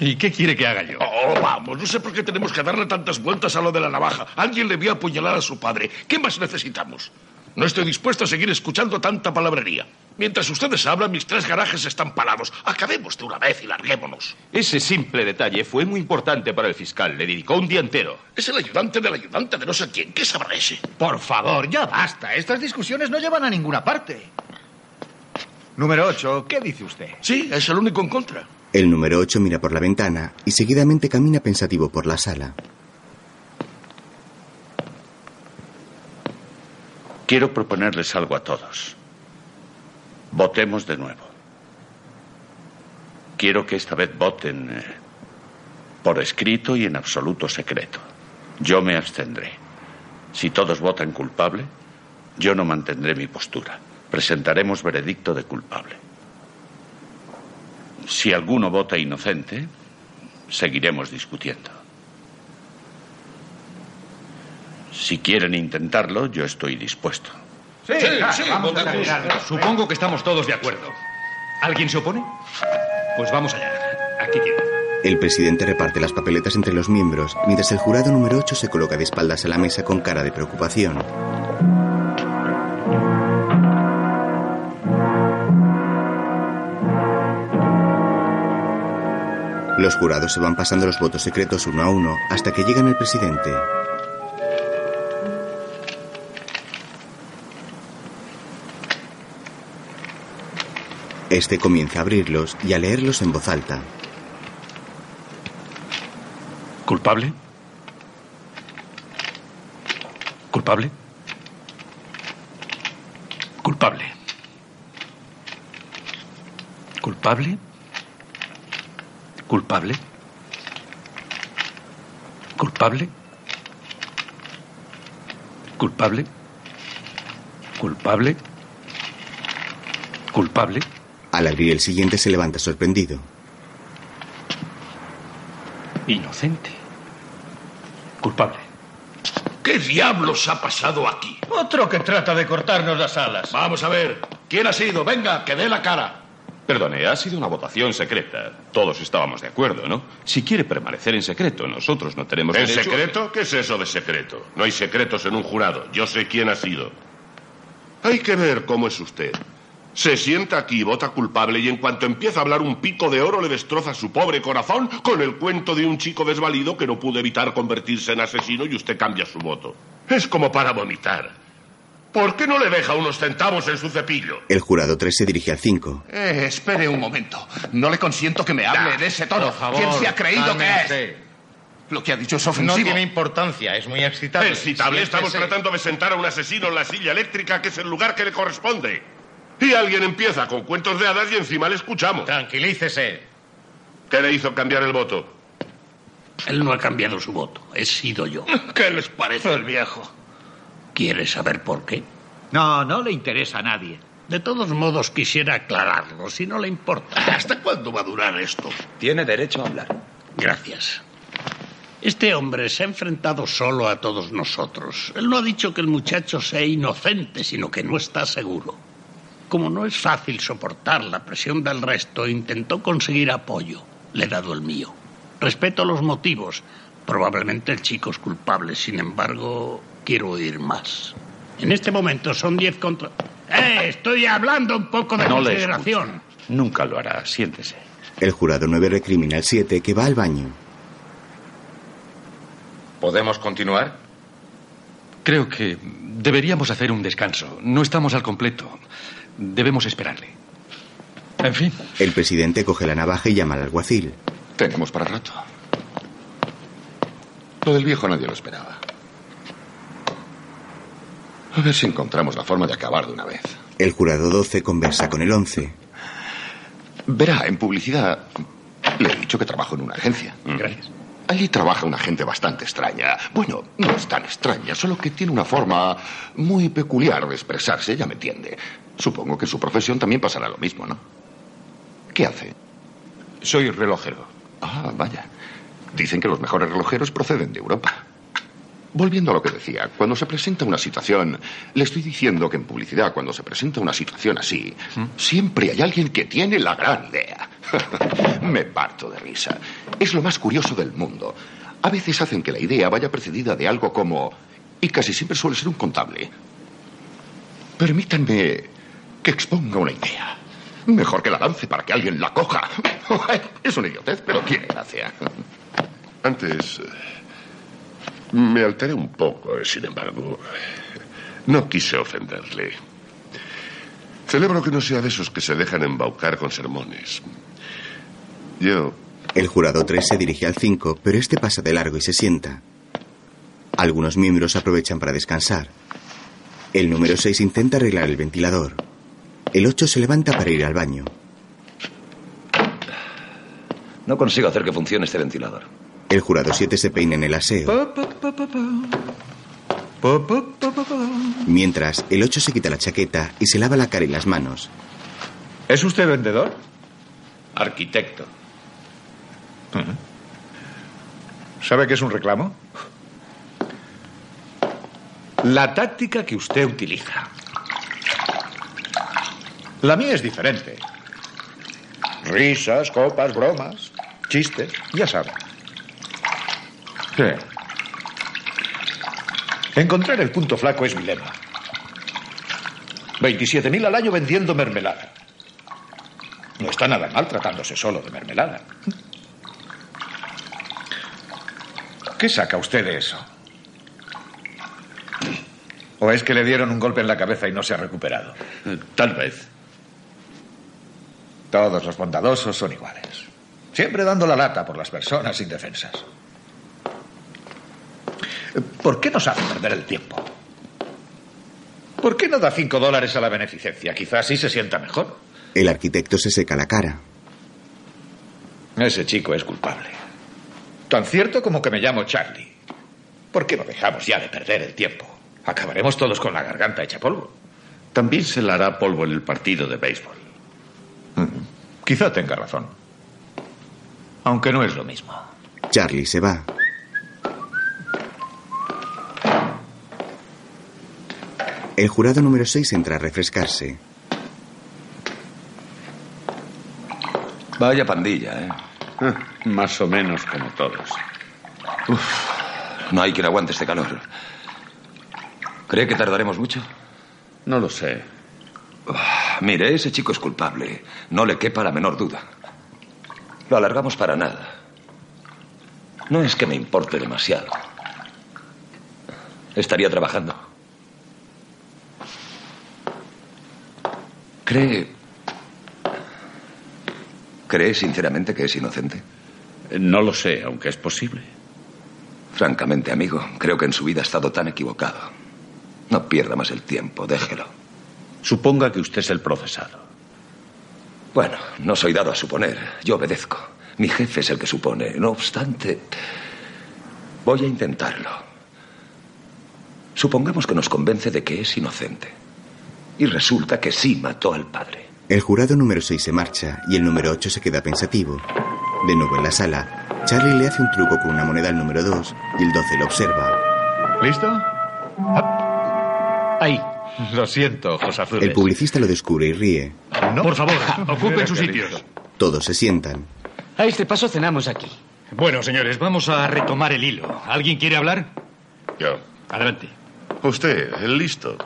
¿Y qué quiere que haga yo?
Oh, vamos, no sé por qué tenemos que darle tantas vueltas a lo de la navaja. Alguien le vio apuñalar a su padre. ¿Qué más necesitamos? No estoy dispuesto a seguir escuchando tanta palabrería. Mientras ustedes hablan, mis tres garajes están parados. Acabemos de una vez y larguémonos.
Ese simple detalle fue muy importante para el fiscal. Le dedicó un día entero.
Es el ayudante del ayudante de no sé quién. ¿Qué sabrá ese?
Por favor, ya basta. Estas discusiones no llevan a ninguna parte. Número 8, ¿qué dice usted?
Sí, es el único en contra.
El número 8 mira por la ventana y seguidamente camina pensativo por la sala.
Quiero proponerles algo a todos. Votemos de nuevo. Quiero que esta vez voten eh, por escrito y en absoluto secreto. Yo me abstendré. Si todos votan culpable, yo no mantendré mi postura. Presentaremos veredicto de culpable. Si alguno vota inocente, seguiremos discutiendo. Si quieren intentarlo, yo estoy dispuesto.
Sí, claro, vamos a terminar.
Supongo que estamos todos de acuerdo. ¿Alguien se opone? Pues vamos allá. Aquí tiene.
El presidente reparte las papeletas entre los miembros, mientras el jurado número 8 se coloca de espaldas a la mesa con cara de preocupación. Los jurados se van pasando los votos secretos uno a uno hasta que llegan el presidente. Este comienza a abrirlos y a leerlos en voz alta.
¿Culpable? ¿Culpable? ¿Culpable? ¿Culpable? ¿Culpable? ¿Culpable? ¿Culpable? ¿Culpable? ¿Culpable?
Al abrir el siguiente se levanta sorprendido.
Inocente. Culpable. ¿Qué diablos ha pasado aquí?
Otro que trata de cortarnos las alas.
Vamos a ver. ¿Quién ha sido? Venga, que dé la cara.
Perdone, ha sido una votación secreta. Todos estábamos de acuerdo, ¿no? Si quiere permanecer en secreto, nosotros no tenemos
¿En
derecho-
secreto? ¿Qué es eso de secreto? No hay secretos en un jurado. Yo sé quién ha sido. Hay que ver cómo es usted. Se sienta aquí, vota culpable y en cuanto empieza a hablar un pico de oro le destroza su pobre corazón con el cuento de un chico desvalido que no pudo evitar convertirse en asesino y usted cambia su voto. Es como para vomitar. ¿Por qué no le deja unos centavos en su cepillo?
El jurado 3 se dirige al 5.
Eh, espere un momento. No le consiento que me hable de ese tono.
Por favor,
¿Quién se ha creído que es?
cálmese.
Lo que ha dicho es
No
ofensivo.
tiene importancia, es muy excitable.
Excitable, estamos
Siéntese.
tratando de sentar a un asesino en la silla eléctrica, que es el lugar que le corresponde. Y alguien empieza con cuentos de hadas y encima le escuchamos.
Tranquilícese.
¿Qué le hizo cambiar el voto?
Él no ha cambiado su voto. He sido yo.
¿Qué les parece el viejo?
¿Quieres saber por qué?
No, no le interesa a nadie.
De todos modos, quisiera aclararlo, si no le importa. ¿Hasta cuándo va a durar esto?
Tiene derecho a hablar.
Gracias. Este hombre se ha enfrentado solo a todos nosotros. Él no ha dicho que el muchacho sea inocente, sino que no está seguro. Como no es fácil soportar la presión del resto, intentó conseguir apoyo. Le he dado el mío. Respeto los motivos. Probablemente el chico es culpable. Sin embargo, quiero oír más. En este momento son 10 contra... ¡Eh! Estoy hablando un poco de
No le
consideración.
Nunca lo hará, siéntese.
El jurado 9 recrimina al 7 que va al baño.
¿Podemos continuar? Creo que deberíamos hacer un descanso. No estamos al completo. Debemos esperarle. En fin.
El presidente coge la navaja y llama al alguacil.
Tenemos para rato. Lo del viejo nadie lo esperaba. A ver si encontramos la forma de acabar de una vez.
El jurado 12 conversa con el 11.
Verá, en publicidad le he dicho que trabajo en una agencia.
Gracias.
Allí trabaja una gente bastante extraña. Bueno, no es tan extraña, solo que tiene una forma muy peculiar de expresarse, ya me entiende. Supongo que en su profesión también pasará lo mismo, ¿no? ¿Qué hace? Soy relojero. Ah, vaya. Dicen que los mejores relojeros proceden de Europa. Volviendo a lo que decía, cuando se presenta una situación, le estoy diciendo que en publicidad, cuando se presenta una situación así,
¿Mm?
siempre hay alguien que tiene la gran idea. [laughs] Me parto de risa. Es lo más curioso del mundo. A veces hacen que la idea vaya precedida de algo como... Y casi siempre suele ser un contable. Permítanme que exponga una idea. Mejor que la lance para que alguien la coja. [laughs] es una idiotez, pero tiene gracia.
Antes. eh, Me alteré un poco, eh, sin embargo. No quise ofenderle. Celebro que no sea de esos que se dejan embaucar con sermones. Yo.
El jurado 3 se dirige al 5, pero este pasa de largo y se sienta. Algunos miembros aprovechan para descansar. El número 6 intenta arreglar el ventilador. El 8 se levanta para ir al baño.
No consigo hacer que funcione este ventilador.
El jurado 7 se peina en el aseo. Mientras, el 8 se quita la chaqueta y se lava la cara y las manos.
¿Es usted vendedor?
Arquitecto.
¿Sabe qué es un reclamo? La táctica que usted utiliza
La mía es diferente. Risas, copas, bromas, chistes, ya saben.
¿Qué?
Encontrar el punto flaco es mi lema. 27.000 al año vendiendo mermelada. No está nada mal tratándose solo de mermelada. ¿Qué saca usted de eso? ¿O es que le dieron un golpe en la cabeza y no se ha recuperado? Eh, Tal vez. Todos los bondadosos son iguales. Siempre dando la lata por las personas indefensas. ¿Por qué nos hace perder el tiempo? ¿Por qué no da cinco dólares a la beneficencia? Quizás sí se sienta mejor.
El arquitecto se seca la cara.
Ese chico es culpable. Tan cierto como que me llamo Charlie. ¿Por qué no dejamos ya de perder el tiempo? Acabaremos todos con la garganta hecha polvo.
También se le hará polvo en el partido de béisbol.
Mm, Quizá tenga razón. Aunque no es lo mismo.
Charlie se va. El jurado número 6 entra a refrescarse.
Vaya pandilla, ¿eh?
Ah, Más o menos como todos.
No hay quien aguante este calor. ¿Cree que tardaremos mucho? Ah,
No lo sé.
Mire, ese chico es culpable. No le quepa la menor duda. Lo alargamos para nada. No es que me importe demasiado. Estaría trabajando. ¿Cree... ¿Cree sinceramente que es inocente?
No lo sé, aunque es posible.
Francamente, amigo, creo que en su vida ha estado tan equivocado. No pierda más el tiempo, déjelo.
Suponga que usted es el procesado.
Bueno, no soy dado a suponer. Yo obedezco. Mi jefe es el que supone. No obstante, voy a intentarlo. Supongamos que nos convence de que es inocente. Y resulta que sí mató al padre.
El jurado número 6 se marcha y el número 8 se queda pensativo. De nuevo en la sala, Charlie le hace un truco con una moneda al número 2 y el 12 lo observa.
¿Listo? Up. Ahí. Lo siento, ojos azules.
El publicista lo descubre y ríe.
Por favor,
Ah,
ocupen sus sitios.
Todos se sientan.
A este paso cenamos aquí.
Bueno, señores, vamos a retomar el hilo. ¿Alguien quiere hablar?
Yo.
Adelante.
Usted, el listo.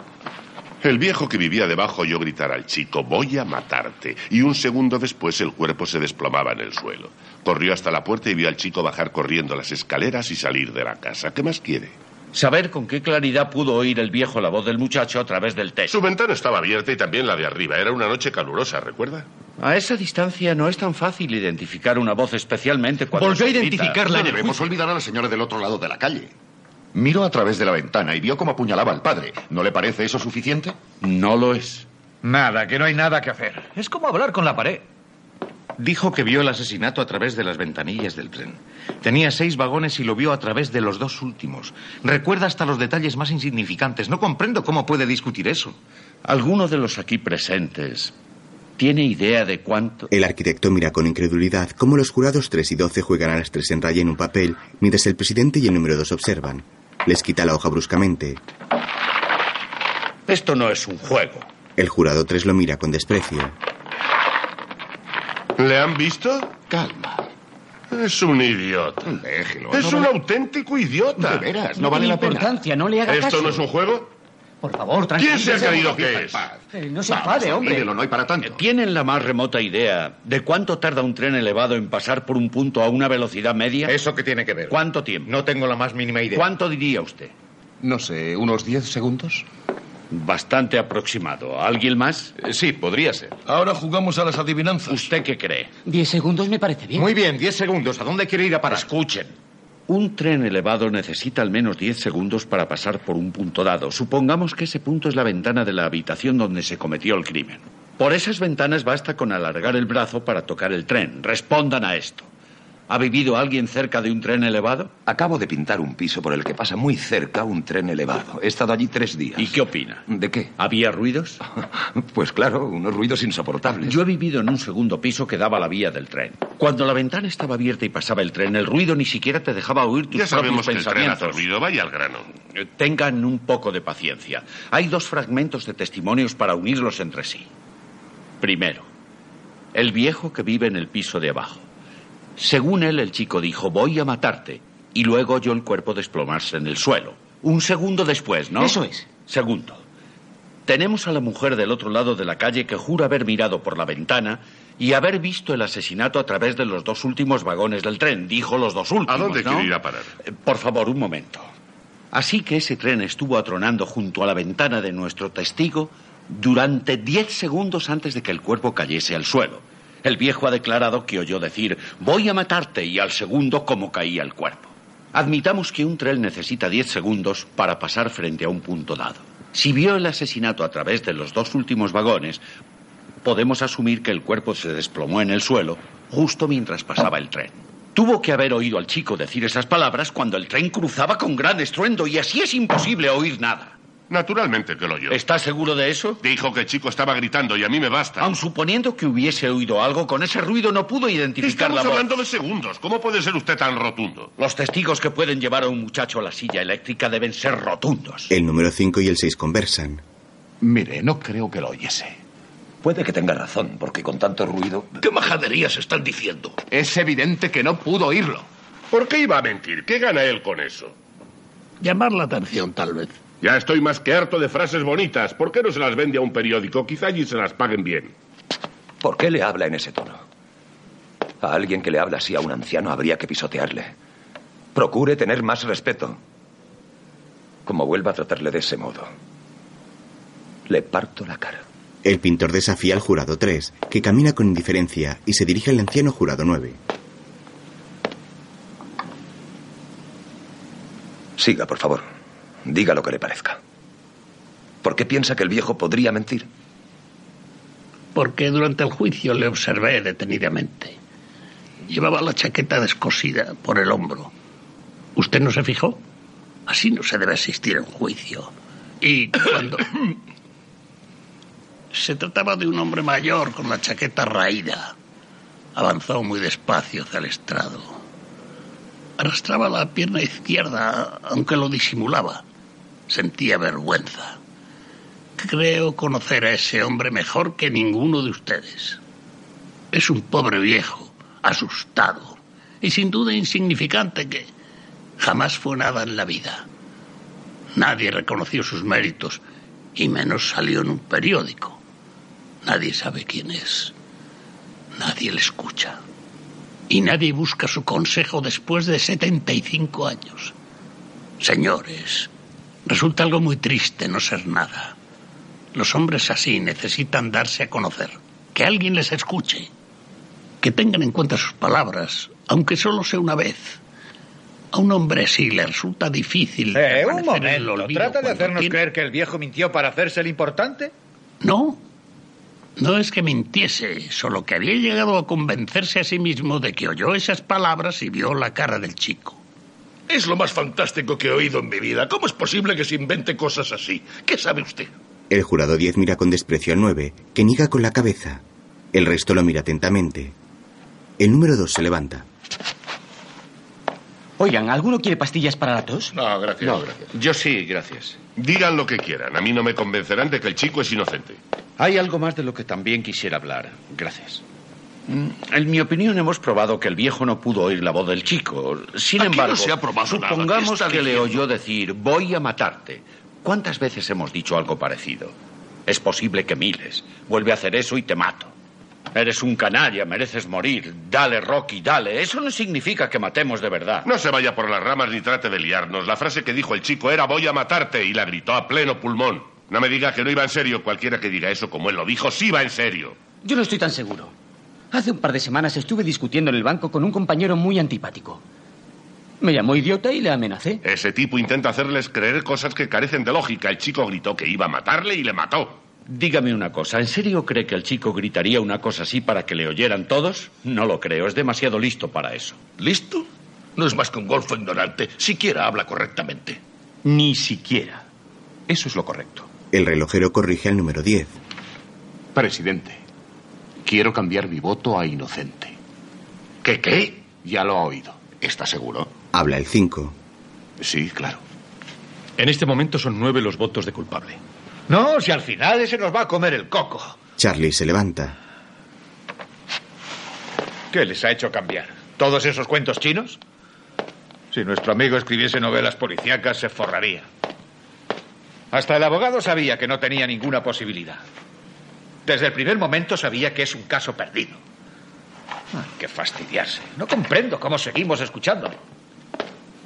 El viejo que vivía debajo oyó gritar al chico, voy a matarte. Y un segundo después el cuerpo se desplomaba en el suelo. Corrió hasta la puerta y vio al chico bajar corriendo las escaleras y salir de la casa. ¿Qué más quiere?
Saber con qué claridad pudo oír el viejo la voz del muchacho a través del techo.
Su ventana estaba abierta y también la de arriba. Era una noche calurosa, ¿recuerda?
A esa distancia no es tan fácil identificar una voz, especialmente cuando.
Volvió
se
a
grita.
identificarla
No debemos olvidar a la señora del otro lado de la calle. Miró a través de la ventana y vio cómo apuñalaba al padre. ¿No le parece eso suficiente?
No lo es.
Nada, que no hay nada que hacer. Es como hablar con la pared.
Dijo que vio el asesinato a través de las ventanillas del tren. Tenía seis vagones y lo vio a través de los dos últimos. Recuerda hasta los detalles más insignificantes. No comprendo cómo puede discutir eso.
¿Alguno de los aquí presentes tiene idea de cuánto?
El arquitecto mira con incredulidad cómo los jurados 3 y 12 juegan a las 3 en raya en un papel, mientras el presidente y el número 2 observan. Les quita la hoja bruscamente.
Esto no es un juego.
El jurado 3 lo mira con desprecio.
¿Le han visto?
Calma.
Es un idiota.
Déjelo.
Es
no
un
vale-
auténtico idiota.
De veras, no vale la pena.
Importancia, no le haga
¿Esto
caso.
no es un juego?
Por favor,
¿Quién se ha
tranquilícese.
creído que es?
Eh, no se enfade, hombre.
no hay para tanto.
¿Tienen la más remota idea de cuánto tarda un tren elevado en pasar por un punto a una velocidad media?
¿Eso qué tiene que ver?
¿Cuánto tiempo?
No tengo la más mínima idea.
¿Cuánto diría usted?
No sé, unos 10 segundos.
Bastante aproximado. ¿Alguien más?
Sí, podría ser.
Ahora jugamos a las adivinanzas. ¿Usted qué cree?
Diez segundos me parece bien.
Muy bien, diez segundos. ¿A dónde quiere ir a parar?
Escuchen. Un tren elevado necesita al menos 10 segundos para pasar por un punto dado. Supongamos que ese punto es la ventana de la habitación donde se cometió el crimen. Por esas ventanas basta con alargar el brazo para tocar el tren. Respondan a esto. ¿Ha vivido alguien cerca de un tren elevado?
Acabo de pintar un piso por el que pasa muy cerca un tren elevado. He estado allí tres días.
¿Y qué opina?
¿De qué?
¿Había ruidos?
[laughs] Pues claro, unos ruidos insoportables.
Yo he vivido en un segundo piso que daba a la vía del tren. Cuando la ventana estaba abierta y pasaba el tren, el ruido ni siquiera te dejaba oír tus
Ya sabemos que el
propios
tren hace
pensamientos.
ruido. Vaya al grano.
Eh, Tengan un poco de paciencia. Hay dos fragmentos de testimonios para unirlos entre sí. Primero, el viejo que vive en el piso de abajo. Según él, el chico dijo, voy a matarte. Y luego oyó el cuerpo desplomarse en el suelo. Un segundo después, ¿no?
Eso es.
Segundo, tenemos a la mujer del otro lado de la calle que jura haber mirado por la ventana y haber visto el asesinato a través de los dos últimos vagones del tren. Dijo los dos últimos.
¿A dónde
¿no?
quiere ir a parar?
Eh, Por favor, un momento. Así que ese tren estuvo atronando junto a la ventana de nuestro testigo durante diez segundos antes de que el cuerpo cayese al suelo. El viejo ha declarado que oyó decir, voy a matarte, y al segundo como caía el cuerpo. Admitamos que un tren necesita diez segundos para pasar frente a un punto dado. Si vio el asesinato a través de los dos últimos vagones, podemos asumir que el cuerpo se desplomó en el suelo justo mientras pasaba el tren. Tuvo que haber oído al chico decir esas palabras cuando el tren cruzaba con gran estruendo y así es imposible oír nada.
Naturalmente que lo oyó.
¿Estás seguro de eso?
Dijo que el chico estaba gritando y a mí me basta.
Aun suponiendo que hubiese oído algo, con ese ruido no pudo identificar
Estamos
la voz.
hablando de segundos. ¿Cómo puede ser usted tan rotundo?
Los testigos que pueden llevar a un muchacho a la silla eléctrica deben ser rotundos.
El número 5 y el 6 conversan.
Mire, no creo que lo oyese. Puede que tenga razón, porque con tanto ruido... ¿Qué majaderías están diciendo? Es evidente que no pudo oírlo.
¿Por qué iba a mentir? ¿Qué gana él con eso?
Llamar la atención, tal vez.
Ya estoy más que harto de frases bonitas. ¿Por qué no se las vende a un periódico? Quizá allí se las paguen bien.
¿Por qué le habla en ese tono? A alguien que le habla así a un anciano habría que pisotearle. Procure tener más respeto. Como vuelva a tratarle de ese modo, le parto la cara.
El pintor desafía al jurado 3, que camina con indiferencia y se dirige al anciano jurado 9.
Siga, por favor. Diga lo que le parezca. ¿Por qué piensa que el viejo
[laughs]
podría mentir?
Porque durante el juicio le observé detenidamente. Llevaba la chaqueta descosida por el hombro. ¿Usted no se fijó? Así no se debe asistir a un juicio. Y cuando... [coughs] Se trataba de un hombre mayor con la chaqueta raída. Avanzó muy despacio hacia el estrado. Arrastraba la pierna izquierda, aunque lo disimulaba. Sentía vergüenza. Creo conocer a ese hombre mejor que ninguno de ustedes. Es un pobre viejo, asustado y sin duda insignificante que jamás fue nada en la vida. Nadie reconoció sus méritos y menos salió en un periódico. Nadie sabe quién es. Nadie le escucha. Y nadie busca su consejo después de 75 años. Señores, resulta algo muy triste no ser nada. Los hombres así necesitan darse a conocer, que alguien les escuche, que tengan en cuenta sus palabras, aunque solo sea una vez. A un hombre así le resulta difícil.
Eh, un
permanecer en el
momento.
olvido
¿Trata de
cuando
hacernos
tiene-
creer que el viejo mintió para hacerse el importante?
No. No es que mintiese, solo que había llegado a convencerse a sí mismo de que oyó esas palabras y vio la cara del chico.
Es lo más fantástico que he oído en mi vida. ¿Cómo es posible que se invente cosas así? ¿Qué sabe usted?
El jurado 10 mira con desprecio al 9, que niega con la cabeza. El resto lo mira atentamente. El número 2 se levanta.
Oigan, ¿alguno quiere pastillas para la tos?
No, gracias.
Yo sí, gracias.
Digan lo que quieran. A mí no me convencerán de que el chico es inocente.
Hay algo más de lo que también quisiera hablar. Gracias. Mm, En mi opinión, hemos probado que el viejo no pudo oír la voz del chico. Sin
Aquí no
embargo,
se ha probado nada. ¿Qué
supongamos
está
que le
diciendo?
oyó decir, voy a matarte. ¿Cuántas veces hemos dicho algo parecido? Es posible que miles. Vuelve a hacer eso y te mato. Eres un canalla, mereces morir. Dale, Rocky, dale. Eso no significa que matemos de verdad.
No se vaya por las ramas ni trate de liarnos. La frase que dijo el chico era voy a matarte y la gritó a pleno pulmón. No me diga que no iba en serio. Cualquiera que diga eso como él lo dijo, sí va en serio.
Yo no estoy tan seguro. Hace un par de semanas estuve discutiendo en el banco con un compañero muy antipático. Me llamó idiota y le amenacé.
Ese tipo intenta hacerles creer cosas que carecen de lógica. El chico gritó que iba a matarle y le mató.
Dígame una cosa, ¿en serio cree que el chico gritaría una cosa así para que le oyeran todos? No lo creo, es demasiado listo para eso.
¿Listo? No es más que un golfo ignorante. Siquiera habla correctamente.
Ni siquiera.
Eso es lo correcto.
El relojero corrige al número 10.
Presidente, quiero cambiar mi voto a inocente.
¿Qué qué?
Ya lo ha oído. ¿Está seguro?
Habla el 5.
Sí, claro.
En este momento son nueve los votos de culpable.
No, si al final ese nos va a comer el coco.
Charlie se levanta.
¿Qué les ha hecho cambiar? ¿Todos esos cuentos chinos? Si nuestro amigo escribiese novelas policíacas, se forraría. Hasta el abogado sabía que no tenía ninguna posibilidad. Desde el primer momento sabía que es un caso perdido. Hay que fastidiarse. No comprendo cómo seguimos escuchándolo.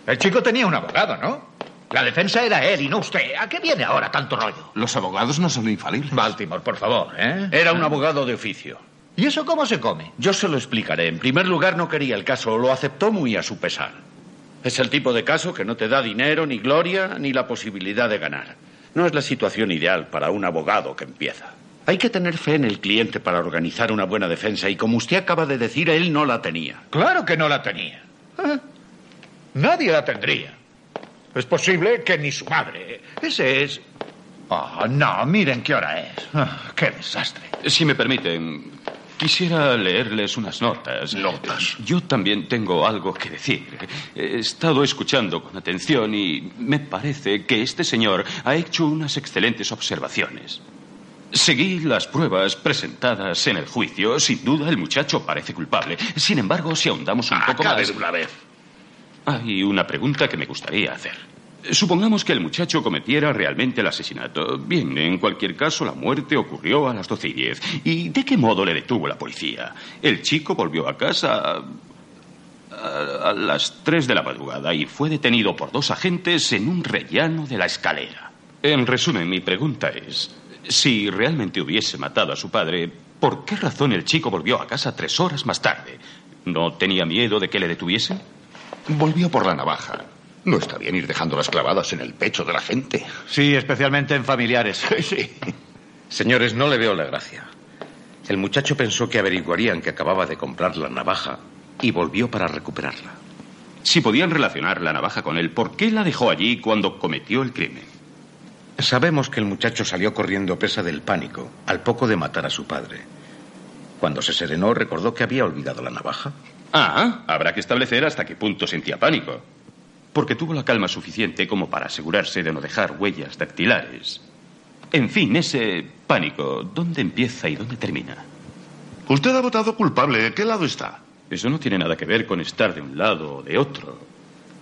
El chico tenía un abogado, ¿no? La defensa era él y no usted. ¿A qué viene ahora tanto rollo?
Los abogados no son infalibles.
Baltimore, por favor, ¿eh?
Era un abogado de oficio.
¿Y eso cómo se come?
Yo se lo explicaré. En primer lugar, no quería el caso. Lo aceptó muy a su pesar. Es el tipo de caso que no te da dinero, ni gloria, ni la posibilidad de ganar. No es la situación ideal para un abogado que empieza. Hay que tener fe en el cliente para organizar una buena defensa y como usted acaba de decir, él no la tenía. ¿Eh?
Claro que no la tenía. Nadie la tendría. Es posible que ni su madre. Ese es. Oh, no, miren qué hora es. Ah, qué desastre.
Si me permiten, quisiera leerles unas notas. Notas. Yo también tengo algo que decir. He estado escuchando con atención y me parece que este señor ha hecho unas excelentes observaciones. Seguí las pruebas presentadas en el juicio. Sin duda, el muchacho parece culpable. Sin embargo, si ahondamos un poco
Acabe
más...
de una vez.
Hay una pregunta que me gustaría hacer. Supongamos que el muchacho cometiera realmente el asesinato. Bien, en cualquier caso, la muerte ocurrió a las doce y diez. ¿Y de qué modo le detuvo la policía? El chico volvió a casa a, a las tres de la madrugada y fue detenido por dos agentes en un rellano de la escalera. En resumen, mi pregunta es, si realmente hubiese matado a su padre, ¿por qué razón el chico volvió a casa tres horas más tarde? ¿No tenía miedo de que le detuviesen?
Volvió por la navaja. No está bien ir dejando las clavadas en el pecho de la gente.
Sí, especialmente en familiares.
sí.
Señores, no le veo la gracia. El muchacho pensó que averiguarían que acababa de comprar la navaja y volvió para recuperarla.
Si podían relacionar la navaja con él, ¿por qué la dejó allí cuando cometió el crimen?
Sabemos que el muchacho salió corriendo presa del pánico al poco de matar a su padre. Cuando se serenó, recordó que había olvidado la navaja.
Ah, habrá que establecer hasta qué punto sentía pánico. Porque tuvo la calma suficiente como para asegurarse de no dejar huellas dactilares. En fin, ese pánico, ¿dónde empieza y dónde termina?
Usted ha votado culpable. ¿De qué lado está?
Eso no tiene nada que ver con estar de un lado o de otro.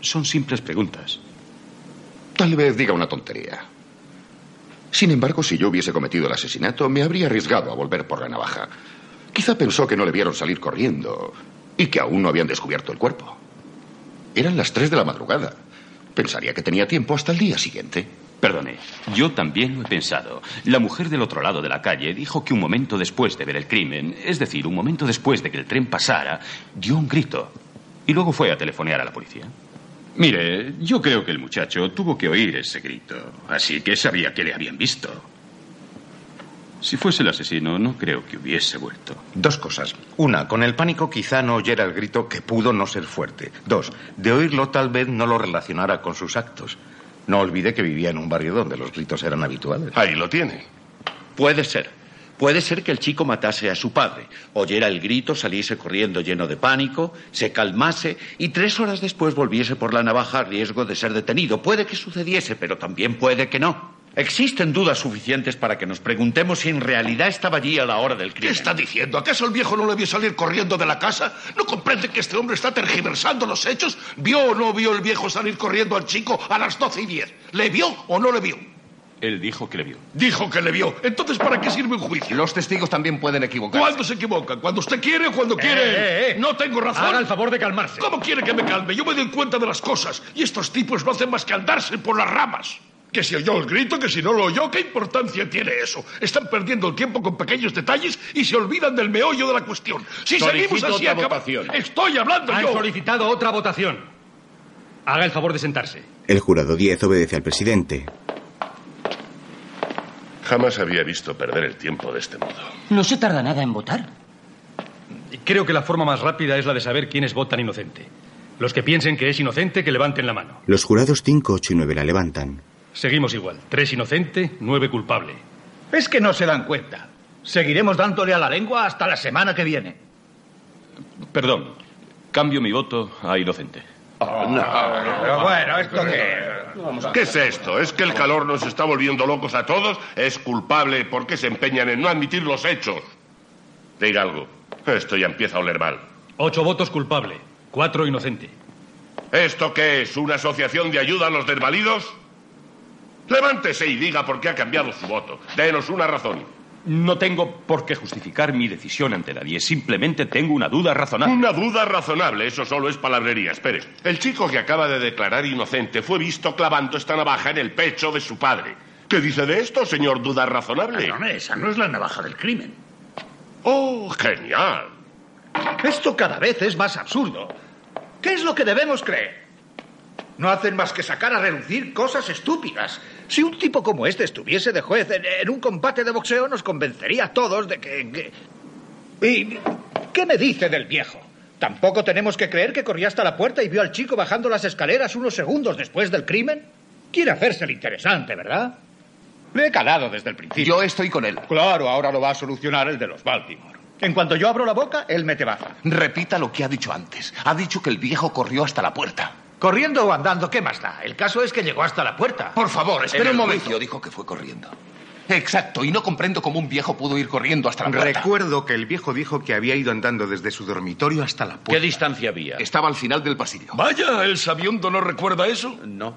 Son simples preguntas.
Tal vez diga una tontería. Sin embargo, si yo hubiese cometido el asesinato, me habría arriesgado a volver por la navaja. Quizá pensó que no le vieron salir corriendo y que aún no habían descubierto el cuerpo. Eran las tres de la madrugada. Pensaría que tenía tiempo hasta el día siguiente.
Perdone, yo también lo he pensado. La mujer del otro lado de la calle dijo que un momento después de ver el crimen, es decir, un momento después de que el tren pasara, dio un grito y luego fue a telefonear a la policía. Mire, yo creo que el muchacho tuvo que oír ese grito, así que sabía que le habían visto. Si fuese el asesino, no creo que hubiese vuelto.
Dos cosas. Una, con el pánico quizá no oyera el grito que pudo no ser fuerte. Dos, de oírlo tal vez no lo relacionara con sus actos. No olvide que vivía en un barrio donde los gritos eran habituales.
Ahí lo tiene.
Puede ser. Puede ser que el chico matase a su padre, oyera el grito, saliese corriendo lleno de pánico, se calmase y tres horas después volviese por la navaja a riesgo de ser detenido. Puede que sucediese, pero también puede que no. Existen dudas suficientes para que nos preguntemos si en realidad estaba allí a la hora del
¿Qué
crimen.
está diciendo? ¿Acaso el viejo no le vio salir corriendo de la casa? ¿No comprende que este hombre está tergiversando los hechos? ¿Vio o no vio el viejo salir corriendo al chico a las doce y diez? ¿Le vio o no le vio?
Él dijo que le vio.
Dijo que le vio. Entonces, ¿para qué sirve un juicio?
Los testigos también pueden equivocarse.
¿Cuándo se equivocan? ¿Cuando usted quiere o cuando quiere?
eh, eh.
No tengo razón.
Haga el favor de calmarse.
¿Cómo quiere que me calme? Yo me doy cuenta de las cosas y estos tipos no hacen más que andarse por las ramas. Que si oyó el grito, que si no lo oyó, ¿qué importancia tiene eso? Están perdiendo el tiempo con pequeños detalles y se olvidan del meollo de la cuestión. Si
Solicito
seguimos así,
otra
acaba-
votación.
Estoy hablando
Han
yo.
solicitado otra votación. Haga el favor de sentarse.
El jurado 10 obedece al presidente.
Jamás había visto perder el tiempo de este modo.
No se tarda nada en votar.
Creo que la forma más rápida es la de saber quiénes votan inocente. Los que piensen que es inocente, que levanten la mano.
Los jurados 5, 8 y 9 la levantan.
Seguimos igual. Tres inocente, nueve culpable.
Es que no se dan cuenta. Seguiremos dándole a la lengua hasta la semana que viene.
Perdón, cambio mi voto a inocente.
Pero bueno, ¿esto qué?
Ah, ¿Qué es esto? ¿Es que el calor nos está volviendo locos a todos? ¿Es culpable porque se empeñan en no admitir los hechos? Diga algo. Esto ya empieza a oler mal.
Ocho votos culpable, cuatro inocente.
¿Esto qué es? ¿Una asociación de ayuda a los desvalidos? Levántese y diga por qué ha cambiado su voto. Denos una razón.
No tengo por qué justificar mi decisión ante nadie. Simplemente tengo una duda razonable.
Una duda razonable, eso solo es palabrería. Espere. El chico que acaba de declarar inocente fue visto clavando esta navaja en el pecho de su padre. ¿Qué dice de esto, señor duda razonable?
Perdone, esa no es la navaja del crimen.
¡Oh, genial!
Esto cada vez es más absurdo. ¿Qué es lo que debemos creer? No hacen más que sacar a relucir cosas estúpidas. Si un tipo como este estuviese de juez en, en un combate de boxeo, nos convencería a todos de que, que- ¿Y qué me dice del viejo? ¿Tampoco tenemos que creer que corría hasta la puerta y vio al chico bajando las escaleras unos segundos después del crimen? Quiere hacerse el interesante, ¿verdad? Le he calado desde el principio.
Yo estoy con él.
Claro, ahora lo va a solucionar el de los Baltimore. En cuanto yo abro la boca, él mete baza.
Repita lo que ha dicho antes. Ha dicho que el viejo corrió hasta la puerta.
Corriendo o andando, ¿qué más da? El caso es que llegó hasta la puerta.
Por favor, espere
En el
un momento.
juicio
dijo que fue corriendo. Exacto, y no comprendo cómo un viejo pudo ir corriendo hasta la puerta.
Recuerdo que el viejo dijo que había ido andando desde su dormitorio hasta la puerta. ¿Qué
distancia había?
Pues, Estaba al final del pasillo.
Vaya, el sabiendo no recuerda eso. No.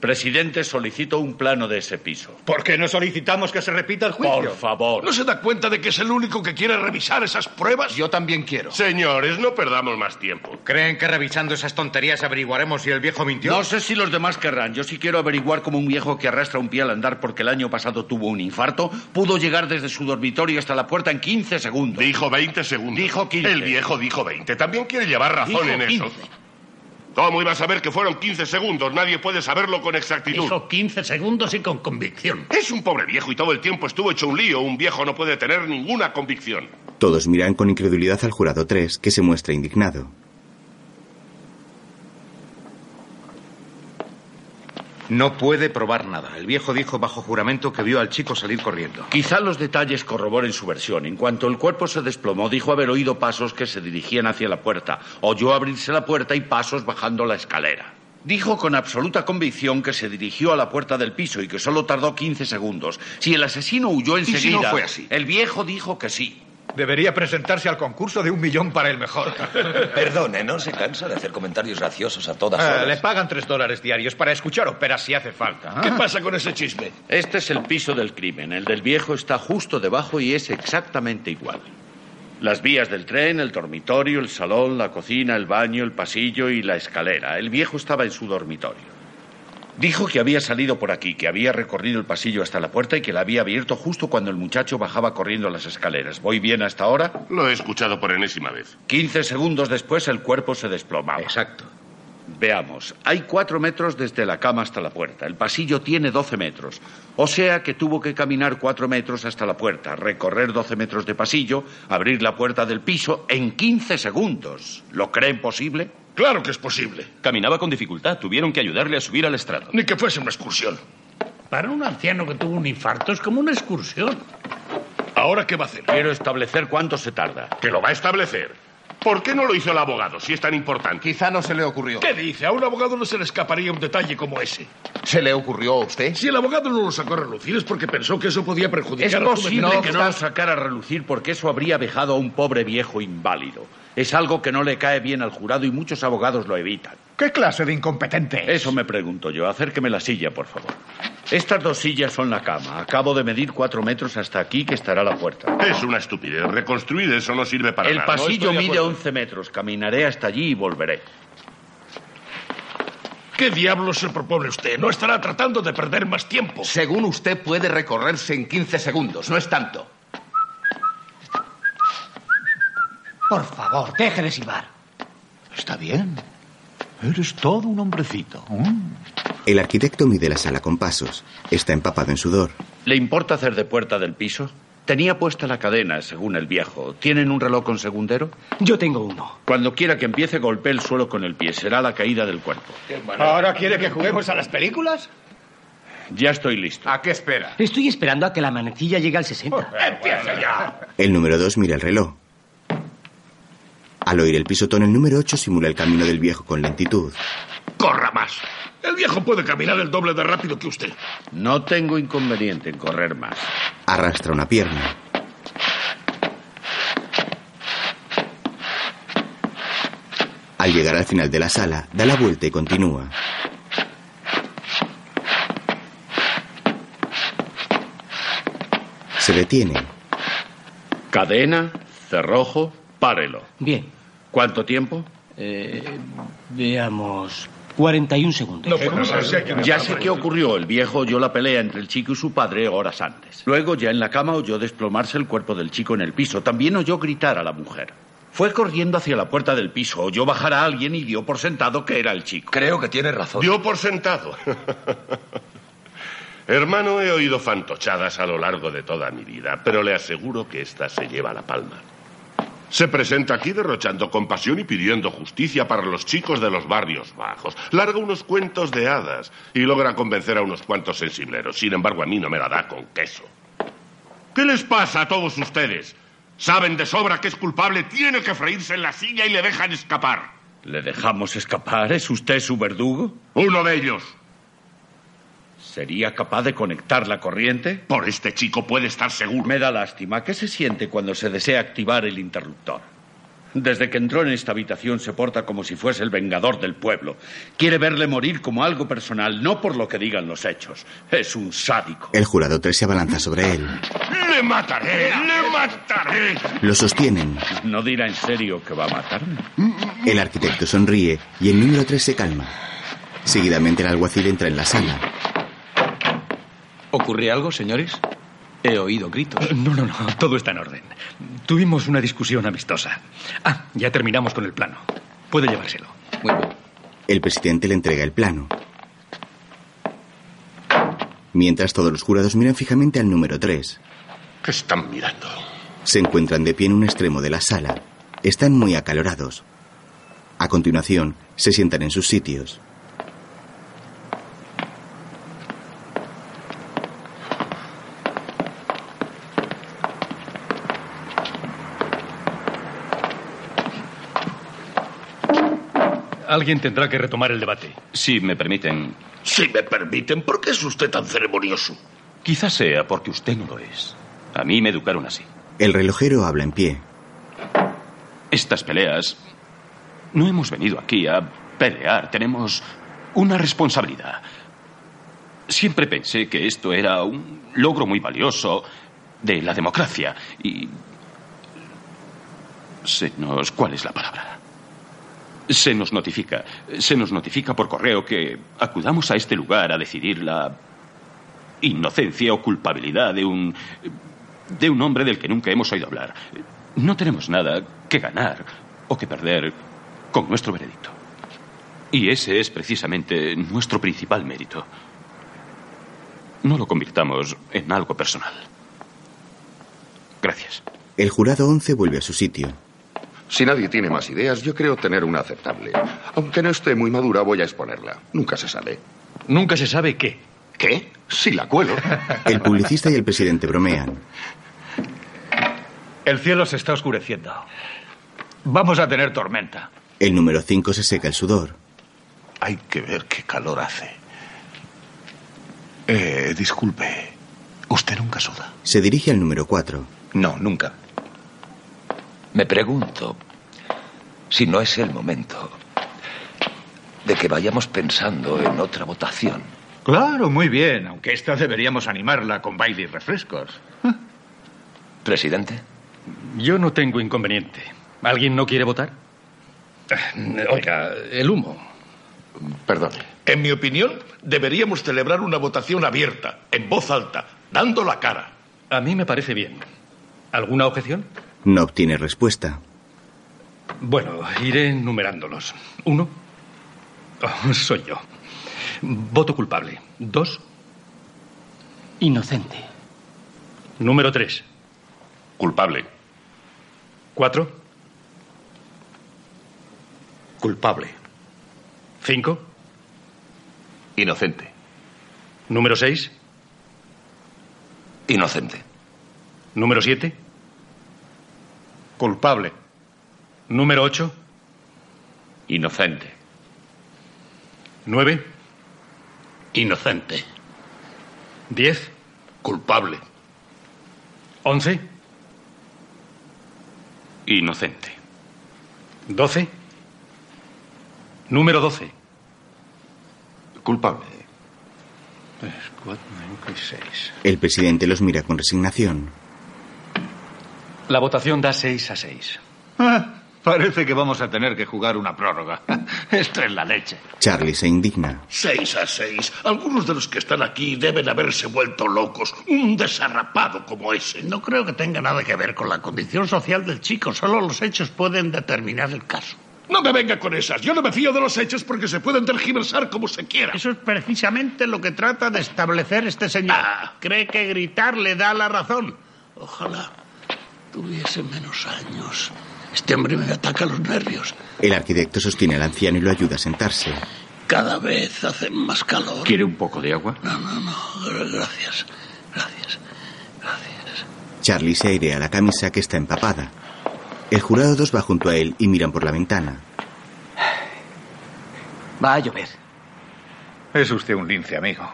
Presidente, solicito un plano de ese piso.
¿Por qué no solicitamos que se repita el
Por favor.
¿No se da cuenta de que es el único que quiere revisar esas pruebas?
Yo también quiero.
Señores, no perdamos más tiempo.
¿Creen que revisando esas tonterías averiguaremos si el viejo mintió?
No sé si los demás querrán. Yo sí quiero averiguar cómo un viejo que arrastra un pie al andar porque el año pasado tuvo un infarto pudo llegar desde su dormitorio hasta la puerta en 15 segundos.
Dijo 20 segundos.
Dijo 15.
El viejo dijo 20. También quiere llevar razón
Dijo
en eso.
15.
¿Cómo iba a saber que fueron 15 segundos? Nadie puede saberlo con exactitud.
Dijo 15 segundos y con convicción.
Es un pobre viejo y todo el tiempo estuvo hecho un lío. Un viejo no puede tener ninguna convicción.
Todos miran con incredulidad al jurado 3, que se muestra indignado.
No puede probar nada. El viejo dijo bajo juramento que vio al chico salir corriendo.
Quizá los detalles corroboren su versión. En cuanto el cuerpo se desplomó, dijo haber oído pasos que se dirigían hacia la puerta. Oyó abrirse la puerta y pasos bajando la escalera. Dijo con absoluta convicción que se dirigió a la puerta del piso y que solo tardó 15 segundos. Si el asesino huyó
si
enseguida,
no fue así?
el viejo dijo que sí.
Debería presentarse al concurso de un millón para el
[laughs]
mejor. Eh,
Perdone, ¿no se cansa de hacer comentarios graciosos a todas
Ah,
horas?
le pagan tres dólares diarios para escuchar óperas si hace
¿eh?
falta. ¿Qué pasa con ese chisme?
Ah. Este es el piso del crimen. El del viejo está justo debajo y es exactamente igual. Las vías del tren, el dormitorio, el salón, la cocina, el baño, el pasillo y la escalera. El viejo estaba en su dormitorio. Dijo que había salido por aquí, que había recorrido el pasillo hasta la puerta y que la había abierto justo cuando el muchacho bajaba corriendo las escaleras. ¿Voy bien hasta ahora?
Lo he escuchado por enésima vez.
15 segundos después el cuerpo se desplomaba. Exacto. Veamos, hay cuatro metros desde la cama hasta la puerta. El pasillo tiene 12 metros. O sea que tuvo que caminar cuatro metros hasta la puerta, recorrer 12 metros de pasillo, abrir la puerta del piso en 15 segundos. ¿Lo creen posible?
Claro que es posible.
Caminaba con dificultad. Tuvieron que ayudarle a subir al estrado.
Ni que fuese una excursión.
Para un anciano que tuvo un infarto es como una excursión.
¿Ahora qué va a hacer?
Quiero establecer cuánto se tarda.
Que lo va a establecer. ¿Por qué no lo hizo el abogado si es tan importante?
Quizá no se le ocurrió.
¿Qué dice? A un abogado no se le escaparía un detalle como ese.
¿Se le ocurrió a usted?
Si el abogado no lo sacó a relucir es porque pensó que eso podía perjudicar
Es
a su
posible
vecino.
que no lo sacara a relucir porque eso habría vejado a un pobre viejo inválido. Es algo que no le cae bien al jurado y muchos abogados lo evitan.
¿Qué clase de incompetente?
Eso me pregunto yo. Acérqueme la silla, por favor. Estas dos sillas son la cama. Acabo de medir cuatro metros hasta aquí, que estará la puerta.
Es una estupidez. Reconstruir eso no sirve para
El
nada.
pasillo mide 11 metros. Caminaré hasta allí y volveré.
¿Qué diablos se propone usted? No estará tratando de perder más tiempo.
Según usted, puede recorrerse en 15 segundos. No es tanto.
Por favor, deje de silbar.
Está bien. Eres todo un hombrecito.
¿Mm?
El arquitecto mide la sala con pasos. Está empapado en sudor.
¿Le importa hacer de puerta del piso? Tenía puesta la cadena, según el viejo. ¿Tienen un reloj con segundero?
Yo tengo uno.
Cuando quiera que empiece, golpee el suelo con el pie. Será la caída del cuerpo.
¿Ahora quiere que juguemos a las películas?
Ya estoy listo.
¿A qué espera?
Estoy esperando a que la manecilla llegue al 60.
Empieza ya.
El número 2 mira el reloj. Al oír el pisotón, el número 8 simula el camino del viejo con lentitud.
corra más. El viejo puede caminar el doble de rápido que usted.
No tengo inconveniente en correr más.
Arrastra una pierna. Al llegar al final de la sala, da la vuelta y continúa. Se detiene.
Cadena, cerrojo, párelo.
Bien.
¿Cuánto tiempo?
Eh,
veamos. 41 segundos.
ya sé qué ocurrió. El viejo oyó la pelea entre el chico y su padre horas antes. Luego, ya en la cama, oyó desplomarse el cuerpo del chico en el piso. También oyó gritar a la mujer. Fue corriendo hacia la puerta del piso, oyó bajar a alguien y dio por sentado que era el chico.
Creo que tiene razón.
Dio por sentado. [laughs] Hermano, he oído fantochadas a lo largo de toda mi vida, pero le aseguro que esta se lleva la palma. Se presenta aquí derrochando compasión y pidiendo justicia para los chicos de los barrios bajos. Larga unos cuentos de hadas y logra convencer a unos cuantos sensibleros. Sin embargo, a mí no me la da con queso. ¿Qué les pasa a todos ustedes? Saben de sobra que es culpable, tiene que freírse en la silla y le dejan escapar.
¿Le dejamos escapar? ¿Es usted su verdugo?
Uno de ellos.
¿Sería capaz de conectar la corriente?
Por este chico puede estar seguro.
Me da lástima. ¿Qué se siente cuando se desea activar el interruptor? Desde que entró en esta habitación se porta como si fuese el vengador del pueblo. Quiere verle morir como algo personal, no por lo que digan los hechos. Es un sádico.
El jurado 3 se abalanza sobre él.
¡Le mataré! ¡Le mataré!
Lo sostienen.
¿No dirá en serio que va a matarme?
El arquitecto sonríe y el número 3 se calma. Seguidamente el alguacil entra en la sala.
¿Ocurre algo, señores? He oído gritos.
Eh, No, no, no. Todo está en orden. Tuvimos una discusión amistosa. Ah, ya terminamos con el plano. Puede llevárselo.
El presidente le entrega el plano. Mientras todos los jurados miran fijamente al número 3.
¿Qué están mirando?
Se encuentran de pie en un extremo de la sala. Están muy acalorados. A continuación, se sientan en sus sitios.
Alguien tendrá que retomar el debate.
Si me permiten.
Si me permiten, ¿por qué es usted tan ceremonioso?
Quizás sea porque usted no lo es. A mí me educaron así.
El relojero habla en pie.
Estas peleas. No hemos venido aquí a pelear. Tenemos una responsabilidad. Siempre pensé que esto era un logro muy valioso de la democracia. Y. Se nos. ¿Cuál es la palabra? Se nos notifica. Se nos notifica por correo que acudamos a este lugar a decidir la inocencia o culpabilidad de un. de un hombre del que nunca hemos oído hablar. No tenemos nada que ganar o que perder con nuestro veredicto. Y ese es precisamente nuestro principal mérito. No lo convirtamos en algo personal. Gracias.
El jurado 11 vuelve a su sitio.
Si nadie tiene más ideas, yo creo tener una aceptable. Aunque no esté muy madura, voy a exponerla. Nunca se sabe.
Nunca se sabe qué.
¿Qué? Si la cuelo.
[laughs] El publicista y el presidente bromean.
El cielo se está oscureciendo. Vamos a tener tormenta.
El número 5 se seca el sudor.
Hay que ver qué calor hace. Eh, disculpe. ¿Usted nunca suda?
Se dirige al número 4.
No, nunca. Me pregunto si no es el momento de que vayamos pensando en otra votación.
Claro, muy bien. Aunque esta deberíamos animarla con baile y refrescos.
Presidente.
Yo no tengo inconveniente. ¿Alguien no quiere votar? Eh, Oiga, el humo.
Perdón.
En mi opinión, deberíamos celebrar una votación abierta, en voz alta, dando la cara.
A mí me parece bien. ¿Alguna objeción?
No obtiene respuesta.
Bueno, iré numerándolos. Uno, oh, soy yo. Voto culpable. Dos,
Inocente.
número tres.
Culpable.
Cuatro,
Culpable.
cinco,
Inocente.
número seis,
Inocente.
número siete,
Culpable.
número ocho,
Inocente.
Nueve. Inocente.
Diez.
Culpable.
Once.
Inocente.
Doce. Número doce.
Culpable.
Tres, cuatro, cinco y seis.
El presidente los mira con resignación.
La votación da seis a seis.
Ah, parece que vamos a tener que jugar una prórroga. [laughs] Esto es la leche.
Charlie se indigna.
Seis a seis. Algunos de los que están aquí deben haberse vuelto locos. Un desarrapado como ese.
No creo que tenga nada que ver con la condición social del chico. Solo los hechos pueden determinar el caso.
No me venga con esas. Yo no me fío de los hechos porque se pueden tergiversar como se quiera.
Eso es precisamente lo que trata de establecer este señor.
Ah,
Cree que gritar le da la razón. Ojalá tuviese menos años. Este hombre me ataca los nervios.
El arquitecto sostiene al anciano y lo ayuda a sentarse.
Cada vez hace más calor.
¿Quiere un poco de agua?
No, no, no. Gracias. Gracias.
Charlie se airea la camisa que está empapada. El jurado dos va junto a él y miran por la ventana.
Va a llover.
Es usted un lince, amigo.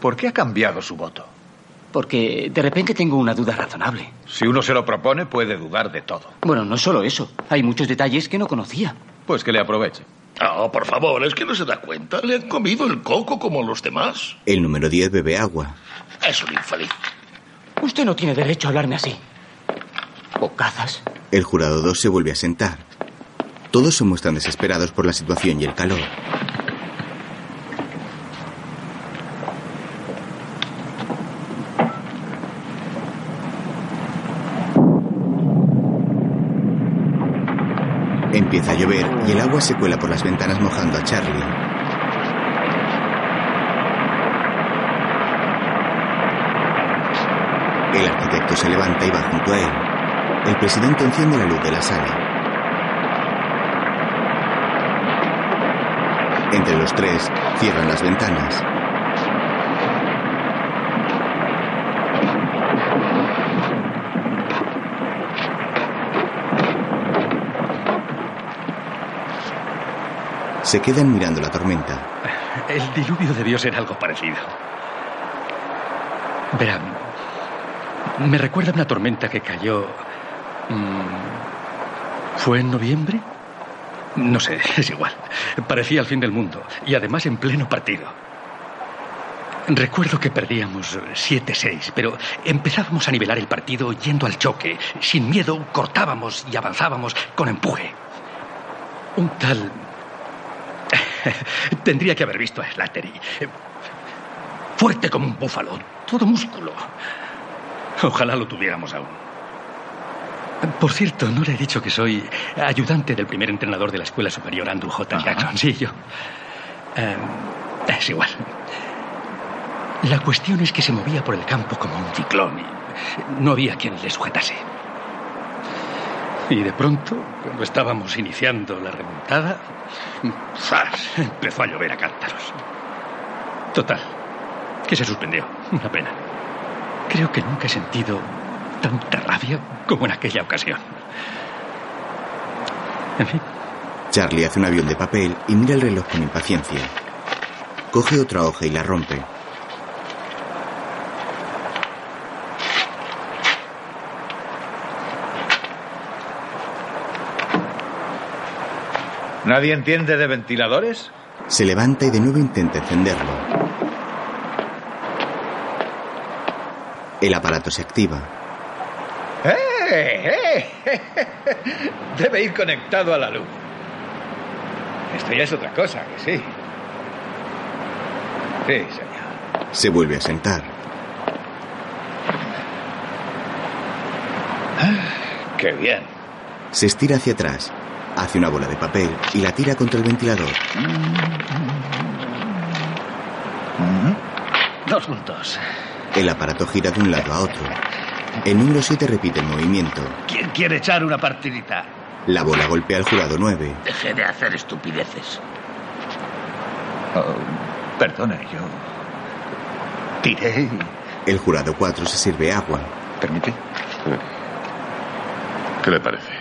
¿Por qué ha cambiado su voto?
Porque de repente tengo una duda razonable.
Si uno se lo propone, puede dudar de todo.
Bueno, no solo eso. Hay muchos detalles que no conocía.
Pues que le aproveche.
Oh, por favor, es que no se da cuenta. Le han comido el coco como los demás.
El número 10 bebe agua.
Es un infeliz.
Usted no tiene derecho a hablarme así. Bocazas.
El jurado 2 se vuelve a sentar. Todos se muestran desesperados por la situación y el calor. Empieza a llover y el agua se cuela por las ventanas mojando a Charlie. El arquitecto se levanta y va junto a él. El presidente enciende la luz de la sala. Entre los tres cierran las ventanas. Se quedan mirando la tormenta.
El diluvio debió ser algo parecido. Verá, me recuerda una tormenta que cayó. mm, ¿Fue en noviembre? No sé, [laughs] es igual. Parecía el fin del mundo y además en pleno partido. Recuerdo que perdíamos 7-6, pero empezábamos a nivelar el partido yendo al choque. Sin miedo, cortábamos y avanzábamos con empuje. Un tal. Tendría que haber visto a Slattery. Eh, Fuerte como un búfalo, todo músculo. Ojalá lo tuviéramos aún. Por cierto, no le he dicho que soy ayudante del primer entrenador de la Escuela Superior, Andrew J. Jackson. Sí, yo. Eh, es igual. La cuestión es que se movía por el campo como un ciclón y no había quien le sujetase. Y de pronto, cuando estábamos iniciando la remontada, ¡zas! empezó a llover a cántaros. Total, que se suspendió. Una pena. Creo que nunca he sentido tanta rabia como en aquella ocasión. En fin,
Charlie hace un avión de papel y mira el reloj con impaciencia. Coge otra hoja y la rompe.
¿Nadie entiende de ventiladores?
Se levanta y de nuevo intenta encenderlo. El aparato se activa.
¡Eh! ¡Eh! Debe ir conectado a la luz. Esto ya es otra cosa, que sí. Sí, señor.
Se vuelve a sentar.
Qué bien.
Se estira hacia atrás. Hace una bola de papel y la tira contra el ventilador.
Mm. Dos puntos.
El aparato gira de un lado a otro. El número 7 repite el movimiento.
¿Quién quiere echar una partidita?
La bola golpea al jurado 9.
Deje de hacer estupideces.
Oh.
perdona, yo. Tiré.
El jurado 4 se sirve agua.
¿Permite? ¿Qué le parece?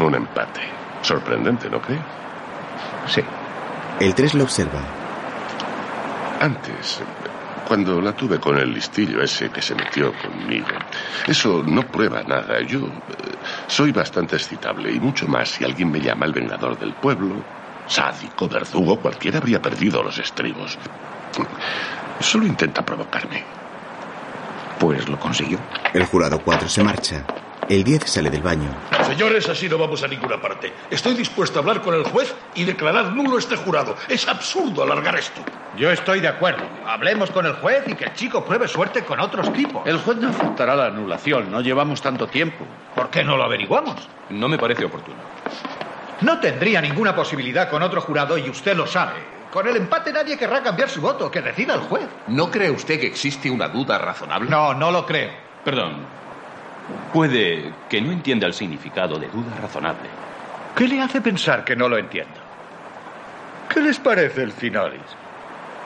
Un empate. Sorprendente, ¿no cree?
Sí.
El 3 lo observa.
Antes, cuando la tuve con el listillo ese que se metió conmigo, eso no prueba nada. Yo eh, soy bastante excitable y mucho más si alguien me llama el vengador del pueblo, sádico, verdugo, cualquiera habría perdido los estribos. Solo intenta provocarme.
Pues lo consiguió. El jurado 4 se marcha. El 10 sale del baño.
Señores, así no vamos a ninguna parte. Estoy dispuesto a hablar con el juez y declarar nulo este jurado. Es absurdo alargar esto.
Yo estoy de acuerdo. Hablemos con el juez y que el chico pruebe suerte con otros tipos.
El juez no aceptará la anulación. No llevamos tanto tiempo.
¿Por qué no lo averiguamos?
No me parece oportuno.
No tendría ninguna posibilidad con otro jurado y usted lo sabe. Con el empate nadie querrá cambiar su voto, que decida el juez.
¿No cree usted que existe una duda razonable?
No, no lo creo.
Perdón. Puede que no entienda el significado de duda razonable.
¿Qué le hace pensar que no lo entiendo? ¿Qué les parece el Finolis?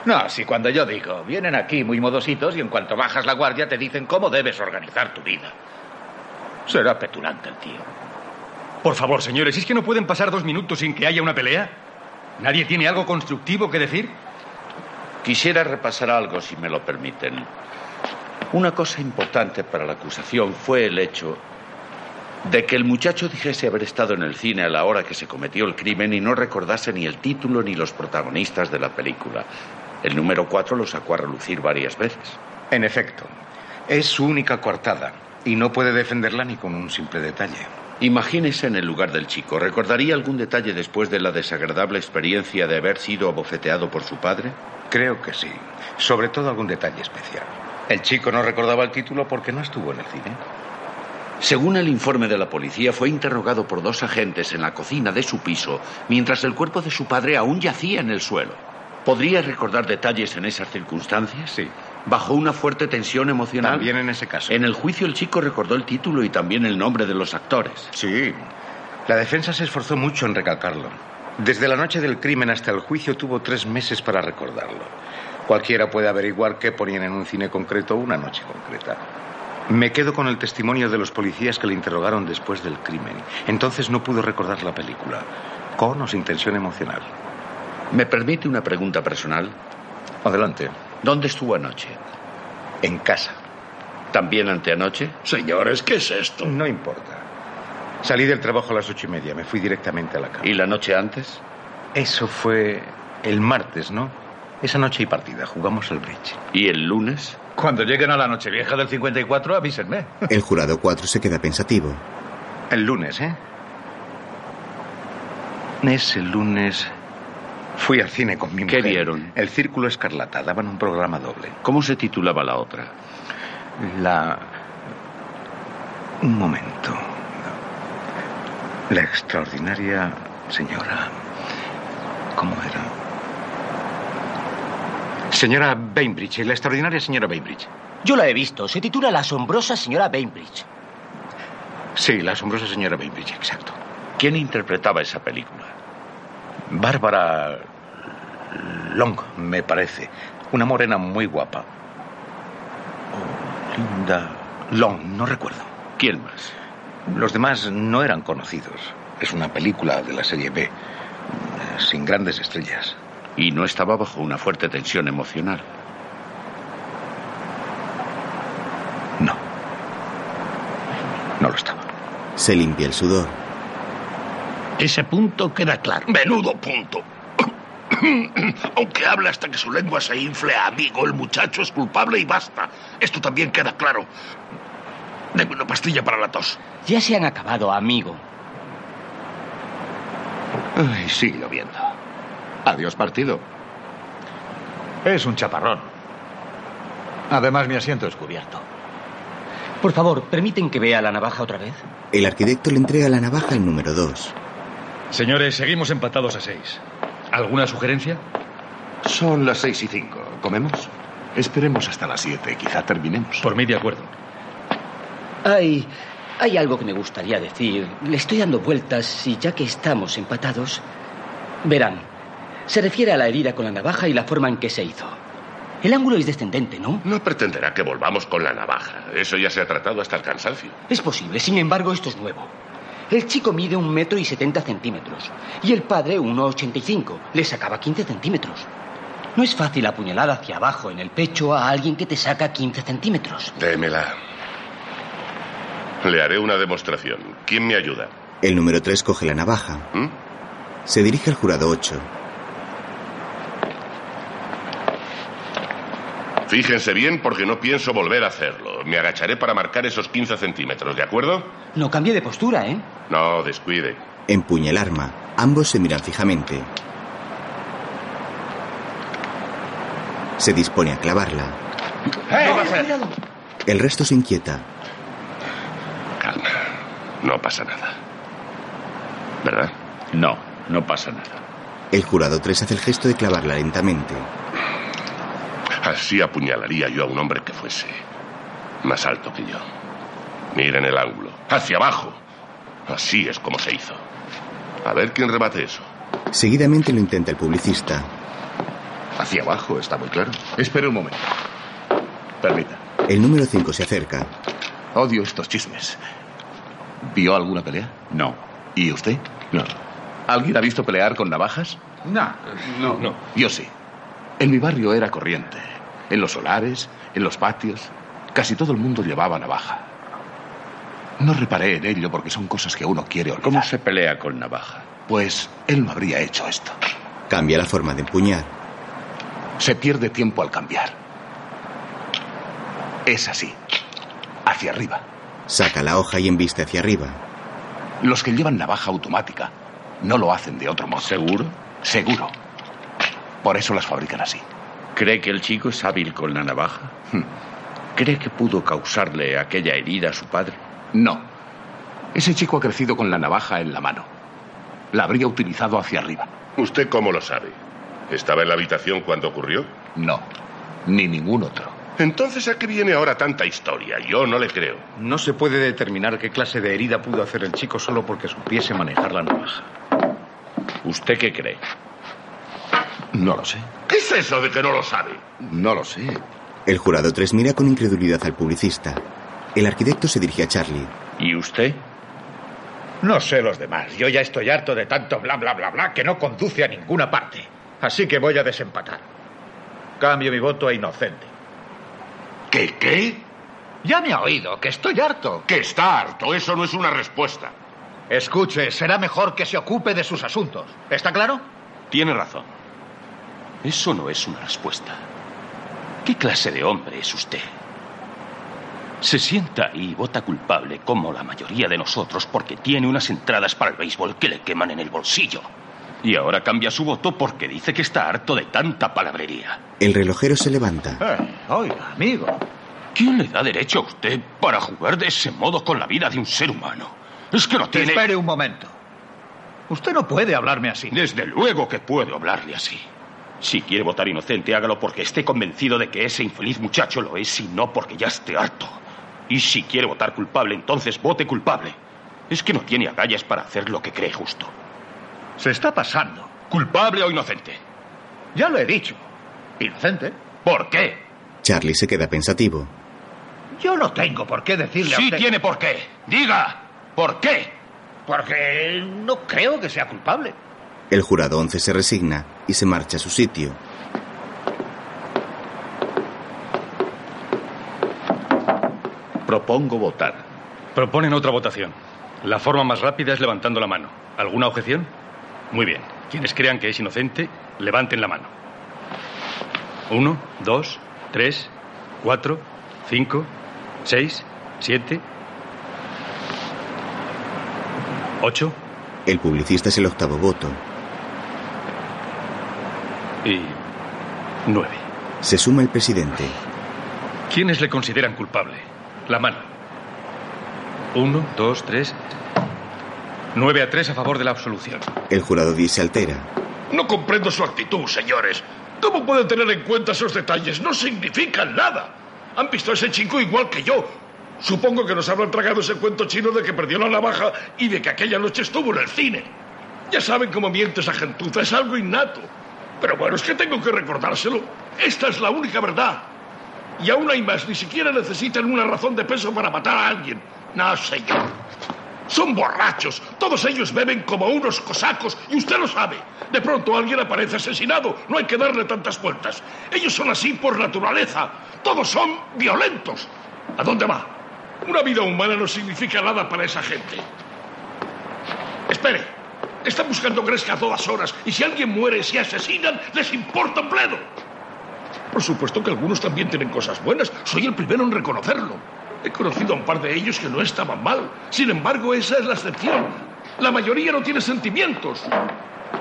No, si cuando yo digo, vienen aquí muy modositos y en cuanto bajas la guardia te dicen cómo debes organizar tu vida. Será petulante el tío.
Por favor, señores, ¿es que no pueden pasar dos minutos sin que haya una pelea? ¿Nadie tiene algo constructivo que decir?
Quisiera repasar algo, si me lo permiten. Una cosa importante para la acusación fue el hecho de que el muchacho dijese haber estado en el cine a la hora que se cometió el crimen y no recordase ni el título ni los protagonistas de la película. El número 4 lo sacó a relucir varias veces.
En efecto, es su única coartada y no puede defenderla ni con un simple detalle.
Imagínese en el lugar del chico. ¿Recordaría algún detalle después de la desagradable experiencia de haber sido abofeteado por su padre?
Creo que sí. Sobre todo algún detalle especial. El chico no recordaba el título porque no estuvo en el cine.
Según el informe de la policía, fue interrogado por dos agentes en la cocina de su piso mientras el cuerpo de su padre aún yacía en el suelo. ¿Podría recordar detalles en esas circunstancias? Sí. Bajo una fuerte tensión emocional.
También en ese caso.
En el juicio el chico recordó el título y también el nombre de los actores.
Sí. La defensa se esforzó mucho en recalcarlo. Desde la noche del crimen hasta el juicio tuvo tres meses para recordarlo. Cualquiera puede averiguar qué ponían en un cine concreto o una noche concreta. Me quedo con el testimonio de los policías que le interrogaron después del crimen. Entonces no pudo recordar la película, con o sin tensión emocional.
¿Me permite una pregunta personal?
Adelante.
¿Dónde estuvo anoche?
En casa.
¿También anteanoche?
Señores, ¿qué es esto?
No importa. Salí del trabajo a las ocho y media, me fui directamente a la cama.
¿Y la noche antes?
Eso fue el martes, ¿no? Esa noche y partida jugamos el bridge.
¿Y el lunes?
Cuando lleguen a la noche vieja del 54, avísenme.
El jurado 4 se queda pensativo.
El lunes, ¿eh? Ese lunes fui al cine con mi
¿Qué
mujer.
vieron?
El Círculo Escarlata. Daban un programa doble.
¿Cómo se titulaba la otra?
La... Un momento. La extraordinaria señora... ¿Cómo era? Señora Bainbridge, la extraordinaria señora Bainbridge.
Yo la he visto. Se titula La asombrosa señora Bainbridge.
Sí, la asombrosa señora Bainbridge, exacto.
¿Quién interpretaba esa película?
Bárbara Long, me parece. Una morena muy guapa. Oh, Linda Long, no recuerdo.
¿Quién más?
Los demás no eran conocidos. Es una película de la serie B, sin grandes estrellas
y no estaba bajo una fuerte tensión emocional.
No. No lo estaba.
Se limpia el sudor.
Ese punto queda claro.
Menudo punto. [coughs] Aunque habla hasta que su lengua se infle, amigo, el muchacho es culpable y basta. Esto también queda claro. Deme una pastilla para la tos.
Eh,
Ya se han acabado, amigo.
Ay, sigue lloviendo.
Adiós partido.
Es un chaparrón. Además, mi asiento es cubierto.
Por favor, ¿permiten que vea la navaja otra vez?
El arquitecto le entrega la navaja al número 2.
Señores, seguimos empatados a seis. ¿Alguna sugerencia?
Son las seis y cinco. ¿Comemos? Esperemos hasta las siete. Quizá terminemos.
Por mí, de acuerdo.
Hay. Hay algo que me gustaría decir. Le estoy dando vueltas y ya que estamos empatados. Verán, se refiere a la herida con la navaja y la forma en que se hizo. El ángulo es descendente, ¿no?
No pretenderá que volvamos con la navaja. Eso ya se ha tratado hasta el cansancio.
Es posible, sin embargo, esto es nuevo. El chico mide un metro y setenta centímetros y el padre uno ochenta y cinco. Le sacaba 15 centímetros. No es fácil apuñalar hacia abajo en el pecho a alguien que te saca 15 centímetros.
Démela. Le haré una demostración. ¿Quién me ayuda?
El número 3 coge la navaja.
¿Mm?
Se dirige al jurado 8.
Fíjense bien porque no pienso volver a hacerlo. Me agacharé para marcar esos 15 centímetros, ¿de acuerdo?
No cambie de postura, ¿eh?
No, descuide.
Empuña el arma. Ambos se miran fijamente. Se dispone a clavarla. El resto se inquieta.
Calma. No pasa nada.
¿Verdad? No, no pasa nada.
El jurado 3 hace el gesto de clavarla lentamente.
Así apuñalaría yo a un hombre que fuese más alto que yo. Miren el ángulo. Hacia abajo. Así es como se hizo. A ver quién rebate eso.
Seguidamente lo intenta el publicista.
Hacia abajo, está muy claro. Espere un momento. Permita.
El número 5 se acerca.
Odio estos chismes. ¿Vio alguna pelea?
No.
¿Y usted?
No.
¿Alguien ha visto pelear con navajas?
No, no, no.
Yo sí. En mi barrio era corriente. En los solares, en los patios, casi todo el mundo llevaba navaja. No reparé en ello porque son cosas que uno quiere olvidar.
¿Cómo se pelea con navaja?
Pues él no habría hecho esto.
Cambia la forma de empuñar.
Se pierde tiempo al cambiar. Es así. Hacia arriba.
Saca la hoja y embiste hacia arriba.
Los que llevan navaja automática no lo hacen de otro modo.
¿Seguro?
Seguro. Por eso las fabrican así. Hmm.
¿Cree que el chico es hábil con la navaja? ¿Cree que pudo causarle aquella herida a su padre?
No. Ese chico ha crecido con la navaja en la mano. La habría utilizado hacia arriba.
¿Usted cómo lo sabe? ¿Estaba en la habitación cuando ocurrió?
No. Ni ningún otro.
Entonces, ¿a qué viene ahora tanta historia? Yo no le creo.
No se puede determinar qué clase de herida pudo hacer el chico solo porque supiese manejar la navaja.
¿Usted qué cree?
No lo sé.
¿Qué es eso de que no lo sabe?
No lo sé.
El jurado 3 mira con incredulidad al publicista. El arquitecto se dirige a Charlie.
¿Y usted?
No sé los demás. Yo ya estoy harto de tanto bla bla bla bla que no conduce a ninguna parte. Así que voy a desempatar. Cambio mi voto a inocente.
¿Qué qué?
Ya me ha oído, que estoy harto.
Que está harto, eso no es una respuesta.
Escuche, será mejor que se ocupe de sus asuntos. ¿Está claro?
Tiene razón. Eso no es una respuesta. ¿Qué clase de hombre es usted? Se sienta ahí y vota culpable como la mayoría de nosotros porque tiene unas entradas para el béisbol que le queman en el bolsillo. Y ahora cambia su voto porque dice que está harto de tanta palabrería.
El relojero se levanta.
Ah.
oiga, amigo. ¿Quién le da derecho a usted para jugar de ese modo con la vida de un ser humano? Es que no tiene...
Espere un momento. Usted no puede hablarme así.
Desde luego que puedo hablarle así. Si quiere votar inocente, hágalo porque esté convencido de que ese infeliz muchacho lo es y no porque ya esté harto. Y si quiere votar culpable, entonces vote culpable. Es que no tiene agallas para hacer lo que cree justo.
Se está pasando.
¿Culpable o inocente?
Ya lo he dicho. Inocente.
¿Por qué?
Charlie se queda pensativo.
Yo no tengo por qué decirle a
Sí
usted...
tiene por qué. Diga, ¿por qué?
Porque no creo que sea culpable.
El jurado 11 se resigna y se marcha a su sitio.
Propongo votar.
Proponen otra votación. La forma más rápida es levantando la mano. ¿Alguna objeción? Muy bien. Quienes crean que es inocente, levanten la mano. Uno, dos, tres, cuatro, cinco, seis, siete, ocho.
El publicista es el octavo voto.
Y nueve.
Se suma el presidente.
¿Quiénes le consideran culpable? La mano. Uno, dos, tres. Nueve a tres a favor de la absolución.
El jurado 10 se altera.
No comprendo su actitud, señores. ¿Cómo pueden tener en cuenta esos detalles? No significan nada. Han visto a ese chico igual que yo. Supongo que nos habrán tragado ese cuento chino de que perdió la navaja y de que aquella noche estuvo en el cine. Ya saben cómo miente esa gentuza, es algo innato. Pero bueno, es que tengo que recordárselo. Esta es la única verdad. Y aún hay más, ni siquiera necesitan una razón de peso para matar a alguien. No, señor. Son borrachos. Todos ellos beben como unos cosacos y usted lo sabe. De pronto alguien aparece asesinado. No hay que darle tantas vueltas. Ellos son así por naturaleza. Todos son violentos. ¿A dónde va? Una vida humana no significa nada para esa gente. Espere. Están buscando Gresca a todas horas y si alguien muere, si asesinan, les importa un pledo. Por supuesto que algunos también tienen cosas buenas. Soy el primero en reconocerlo. He conocido a un par de ellos que no estaban mal. Sin embargo, esa es la excepción. La mayoría no tiene sentimientos.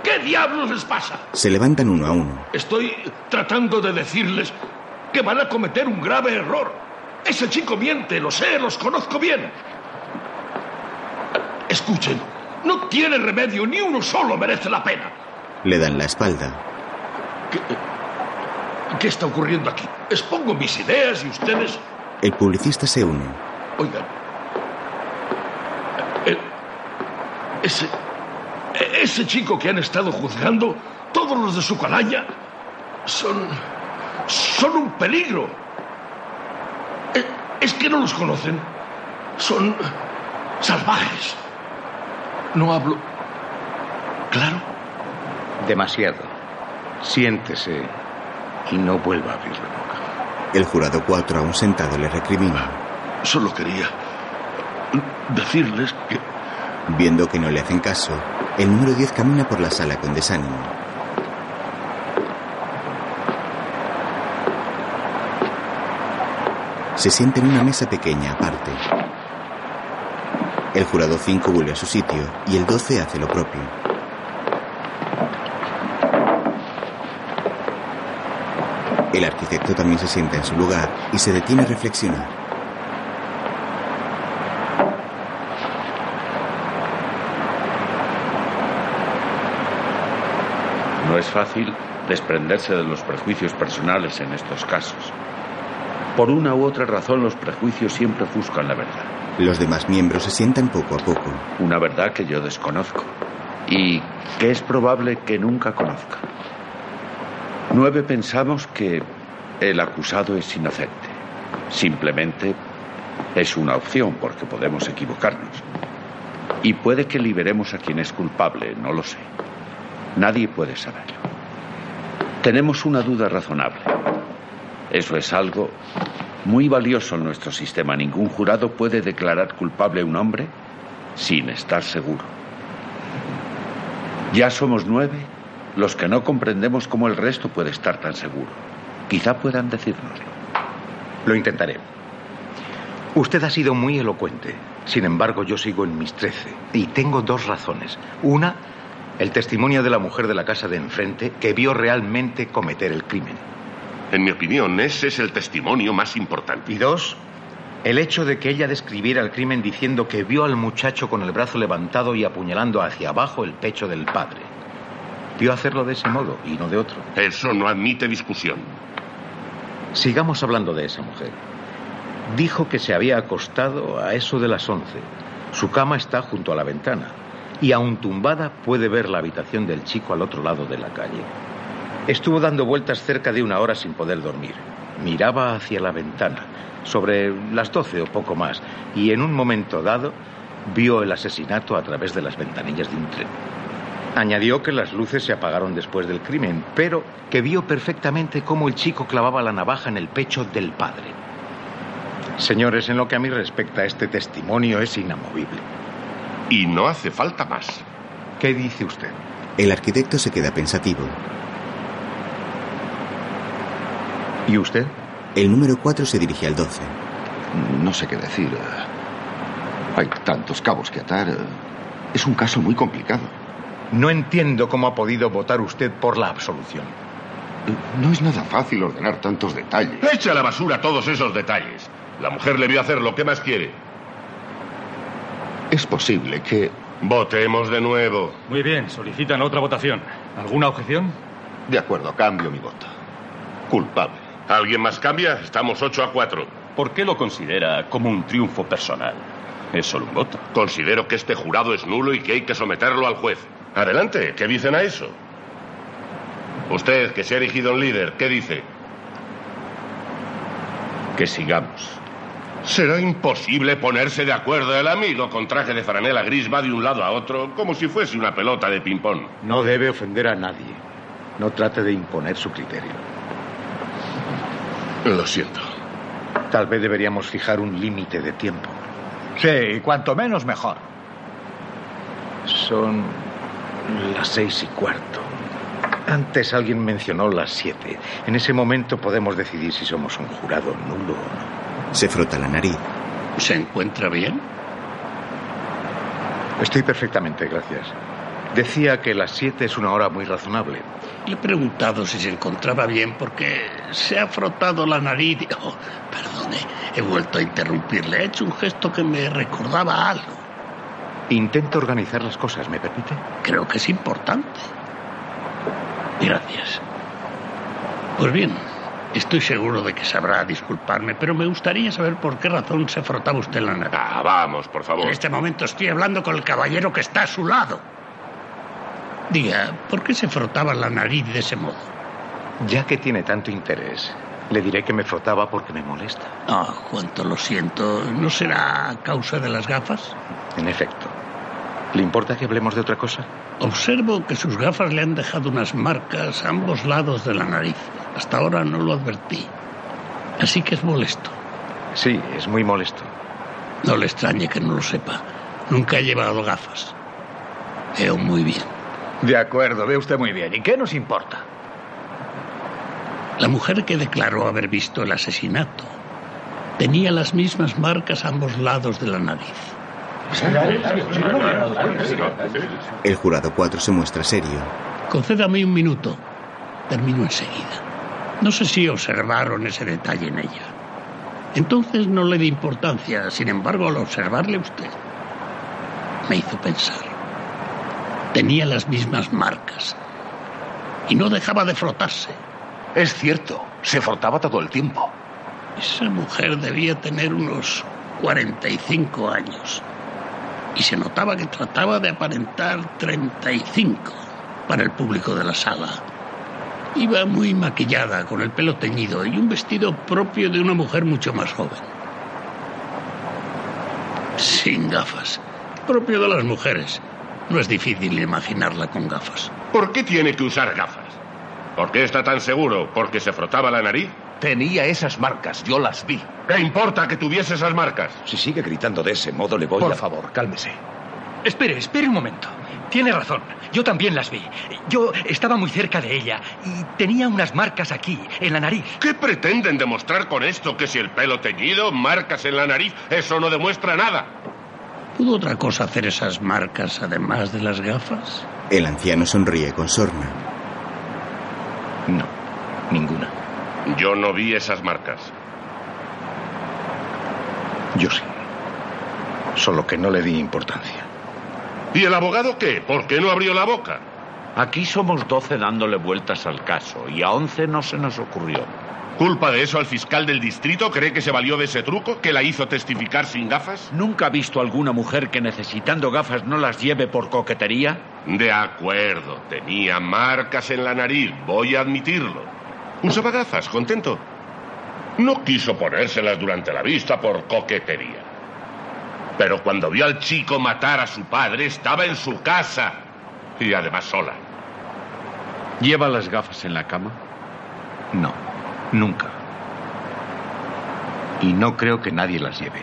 ¿Qué diablos les pasa?
Se levantan uno a uno.
Estoy tratando de decirles que van a cometer un grave error. Ese chico miente, lo sé, los conozco bien. Escuchen, no tiene remedio, ni uno solo merece la pena.
Le dan la espalda.
¿Qué, qué está ocurriendo aquí? Expongo mis ideas y ustedes...
El publicista se une.
Oigan. Eh, Ese, eh, ese chico que han estado juzgando, todos los de su calaña, son... son un peligro. Eh, Es que no los conocen. Son salvajes. No hablo... Claro.
Demasiado. Siéntese y no vuelva a abrir la boca.
El jurado 4, aún sentado, le recrimina.
Solo quería decirles que...
Viendo que no le hacen caso, el número 10 camina por la sala con desánimo. Se sienta en una mesa pequeña aparte. El jurado 5 vuelve a su sitio y el 12 hace lo propio. El arquitecto también se sienta en su lugar y se detiene a reflexionar.
No es fácil desprenderse de los prejuicios personales en estos casos. Por una u otra razón los prejuicios siempre ofuscan la verdad.
Los demás miembros se sientan poco a poco.
Una verdad que yo desconozco y que es probable que nunca conozca. Nueve pensamos que el acusado es inocente. Simplemente es una opción porque podemos equivocarnos. Y puede que liberemos a quien es culpable, no lo sé. Nadie puede saberlo. Tenemos una duda razonable. Eso es algo muy valioso en nuestro sistema. Ningún jurado puede declarar culpable a un hombre sin estar seguro. Ya somos nueve los que no comprendemos cómo el resto puede estar tan seguro. Quizá puedan decirnos.
Lo intentaré. Usted ha sido muy elocuente. Sin embargo, yo sigo en mis trece. Y tengo dos razones. Una, el testimonio de la mujer de la casa de enfrente que vio realmente cometer el crimen.
En mi opinión, ese es el testimonio más importante.
Y dos, el hecho de que ella describiera el crimen diciendo que vio al muchacho con el brazo levantado y apuñalando hacia abajo el pecho del padre. Vio hacerlo de ese modo y no de otro.
Eso no admite discusión.
Sigamos hablando de esa mujer. Dijo que se había acostado a eso de las once. Su cama está junto a la ventana y aún tumbada puede ver la habitación del chico al otro lado de la calle. Estuvo dando vueltas cerca de una hora sin poder dormir. Miraba hacia la ventana, sobre las doce o poco más, y en un momento dado vio el asesinato a través de las ventanillas de un tren. Añadió que las luces se apagaron después del crimen, pero que vio perfectamente cómo el chico clavaba la navaja en el pecho del padre. Señores, en lo que a mí respecta, este testimonio es inamovible.
Y no hace falta más.
¿Qué dice usted?
El arquitecto se queda pensativo.
¿Y usted?
El número 4 se dirige al 12.
No sé qué decir. Hay tantos cabos que atar. Es un caso muy complicado.
No entiendo cómo ha podido votar usted por la absolución.
No es nada fácil ordenar tantos detalles.
Echa a la basura todos esos detalles. La mujer le vio hacerlo. ¿Qué más quiere?
Es posible que...
Votemos de nuevo.
Muy bien, solicitan otra votación. ¿Alguna objeción?
De acuerdo, cambio mi voto. Culpable.
¿Alguien más cambia? Estamos 8 a 4.
¿Por qué lo considera como un triunfo personal? Es solo un voto.
Considero que este jurado es nulo y que hay que someterlo al juez. Adelante, ¿qué dicen a eso? Usted, que se ha erigido en líder, ¿qué dice?
Que sigamos.
Será imposible ponerse de acuerdo. El amigo con traje de franela gris va de un lado a otro como si fuese una pelota de ping-pong.
No debe ofender a nadie. No trate de imponer su criterio.
Lo siento.
Tal vez deberíamos fijar un límite de tiempo.
Sí, cuanto menos mejor.
Son las seis y cuarto. Antes alguien mencionó las siete. En ese momento podemos decidir si somos un jurado nulo o no.
Se frota la nariz.
¿Se encuentra bien?
Estoy perfectamente, gracias. Decía que las siete es una hora muy razonable.
Le he preguntado si se encontraba bien porque se ha frotado la nariz. [laughs] y- Oh, perdone, he vuelto a interrumpirle. He hecho un gesto que me recordaba a algo.
Intento organizar las cosas, ¿me permite?
Creo que es importante. Gracias. Pues bien, estoy seguro de que sabrá disculparme, pero me gustaría saber por qué razón se frotaba usted la nariz.
Ah, vamos, por favor.
En este momento estoy hablando con el caballero que está a su lado. Diga, ¿por qué se frotaba la nariz de ese modo?
Ya que tiene tanto interés, le diré que me frotaba porque me molesta.
Ah, cuánto lo siento. ¿No será a causa de las gafas?
En efecto. ¿Le importa que hablemos de otra cosa?
Observo que sus gafas le han dejado unas marcas a ambos lados de la nariz. Hasta ahora no lo advertí. Así que es molesto.
Sí, es muy molesto.
No le extrañe que no lo sepa. Nunca he llevado gafas. Veo muy bien.
De acuerdo, ve usted muy bien. ¿Y qué nos importa?
La mujer que declaró haber visto el asesinato tenía las mismas marcas a ambos lados de la nariz.
El jurado 4 se muestra serio.
Concédame un minuto. Termino enseguida. No sé si observaron ese detalle en ella. Entonces no le di importancia. Sin embargo, al observarle usted, me hizo pensar. Tenía las mismas marcas. Y no dejaba de frotarse.
Es cierto, se frotaba todo el tiempo.
Esa mujer debía tener unos 45 años. Y se notaba que trataba de aparentar 35 para el público de la sala. Iba muy maquillada, con el pelo teñido y un vestido propio de una mujer mucho más joven. Sin gafas. Propio de las mujeres. No es difícil imaginarla con gafas.
¿Por qué tiene que usar gafas? ¿Por qué está tan seguro? ¿Porque se frotaba la nariz?
Tenía esas marcas, yo las vi.
¿Qué importa que tuviese esas marcas?
Si sigue gritando de ese modo, le voy
Por
a...
favor, cálmese.
Espere, espere un momento. Tiene razón. Yo también las vi. Yo estaba muy cerca de ella y tenía unas marcas aquí, en la nariz.
¿Qué pretenden demostrar con esto? Que si el pelo teñido, marcas en la nariz, eso no demuestra nada.
¿Pudo otra cosa hacer esas marcas además de las gafas?
El anciano sonríe con sorna.
No, ninguna.
Yo no vi esas marcas.
Yo sí. Solo que no le di importancia.
¿Y el abogado qué? ¿Por qué no abrió la boca?
Aquí somos 12 dándole vueltas al caso y a 11 no se nos ocurrió.
¿Culpa de eso al fiscal del distrito? ¿Cree que se valió de ese truco? ¿Que la hizo testificar sin gafas?
¿Nunca ha visto alguna mujer que necesitando gafas no las lleve por coquetería?
De acuerdo, tenía marcas en la nariz, voy a admitirlo. Usaba gafas, contento. No quiso ponérselas durante la vista por coquetería. Pero cuando vio al chico matar a su padre, estaba en su casa. Y además sola.
¿Lleva las gafas en la cama?
No, nunca. Y no creo que nadie las lleve.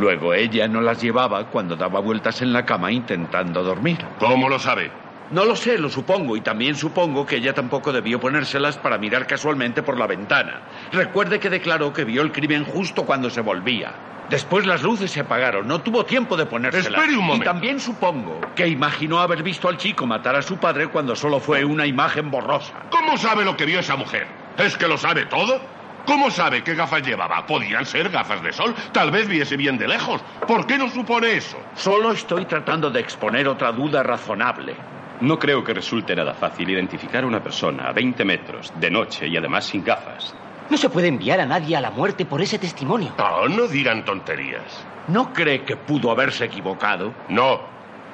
Luego ella no las llevaba cuando daba vueltas en la cama intentando dormir.
¿Cómo lo sabe?
No lo sé, lo supongo, y también supongo que ella tampoco debió ponérselas para mirar casualmente por la ventana. Recuerde que declaró que vio el crimen justo cuando se volvía. Después las luces se apagaron, no tuvo tiempo de ponérselas.
Espere un
Y
momento.
también supongo que imaginó haber visto al chico matar a su padre cuando solo fue una imagen borrosa.
¿Cómo sabe lo que vio esa mujer? ¿Es que lo sabe todo? ¿Cómo sabe qué gafas llevaba? Podían ser gafas de sol. Tal vez viese bien de lejos. ¿Por qué no supone eso?
Solo estoy tratando de exponer otra duda razonable.
No creo que resulte nada fácil identificar a una persona a 20 metros, de noche y además sin gafas.
No se puede enviar a nadie a la muerte por ese testimonio.
No, no digan tonterías.
¿No cree que pudo haberse equivocado?
No.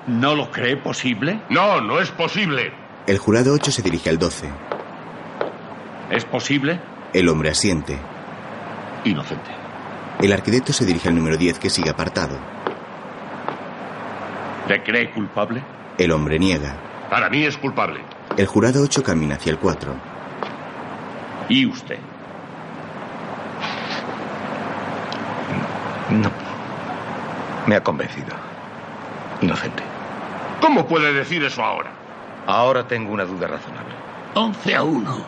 ¿No lo cree posible?
No, no es posible.
El jurado 8 se dirige al 12.
¿Es posible?
El hombre asiente.
Inocente.
El arquitecto se dirige al número 10 que sigue apartado.
¿Te cree culpable?
El hombre niega.
Para mí es culpable.
El jurado 8 camina hacia el 4.
¿Y usted?
No. Me ha convencido. Inocente.
¿Cómo puede decir eso ahora?
Ahora tengo una duda razonable.
11 a 1.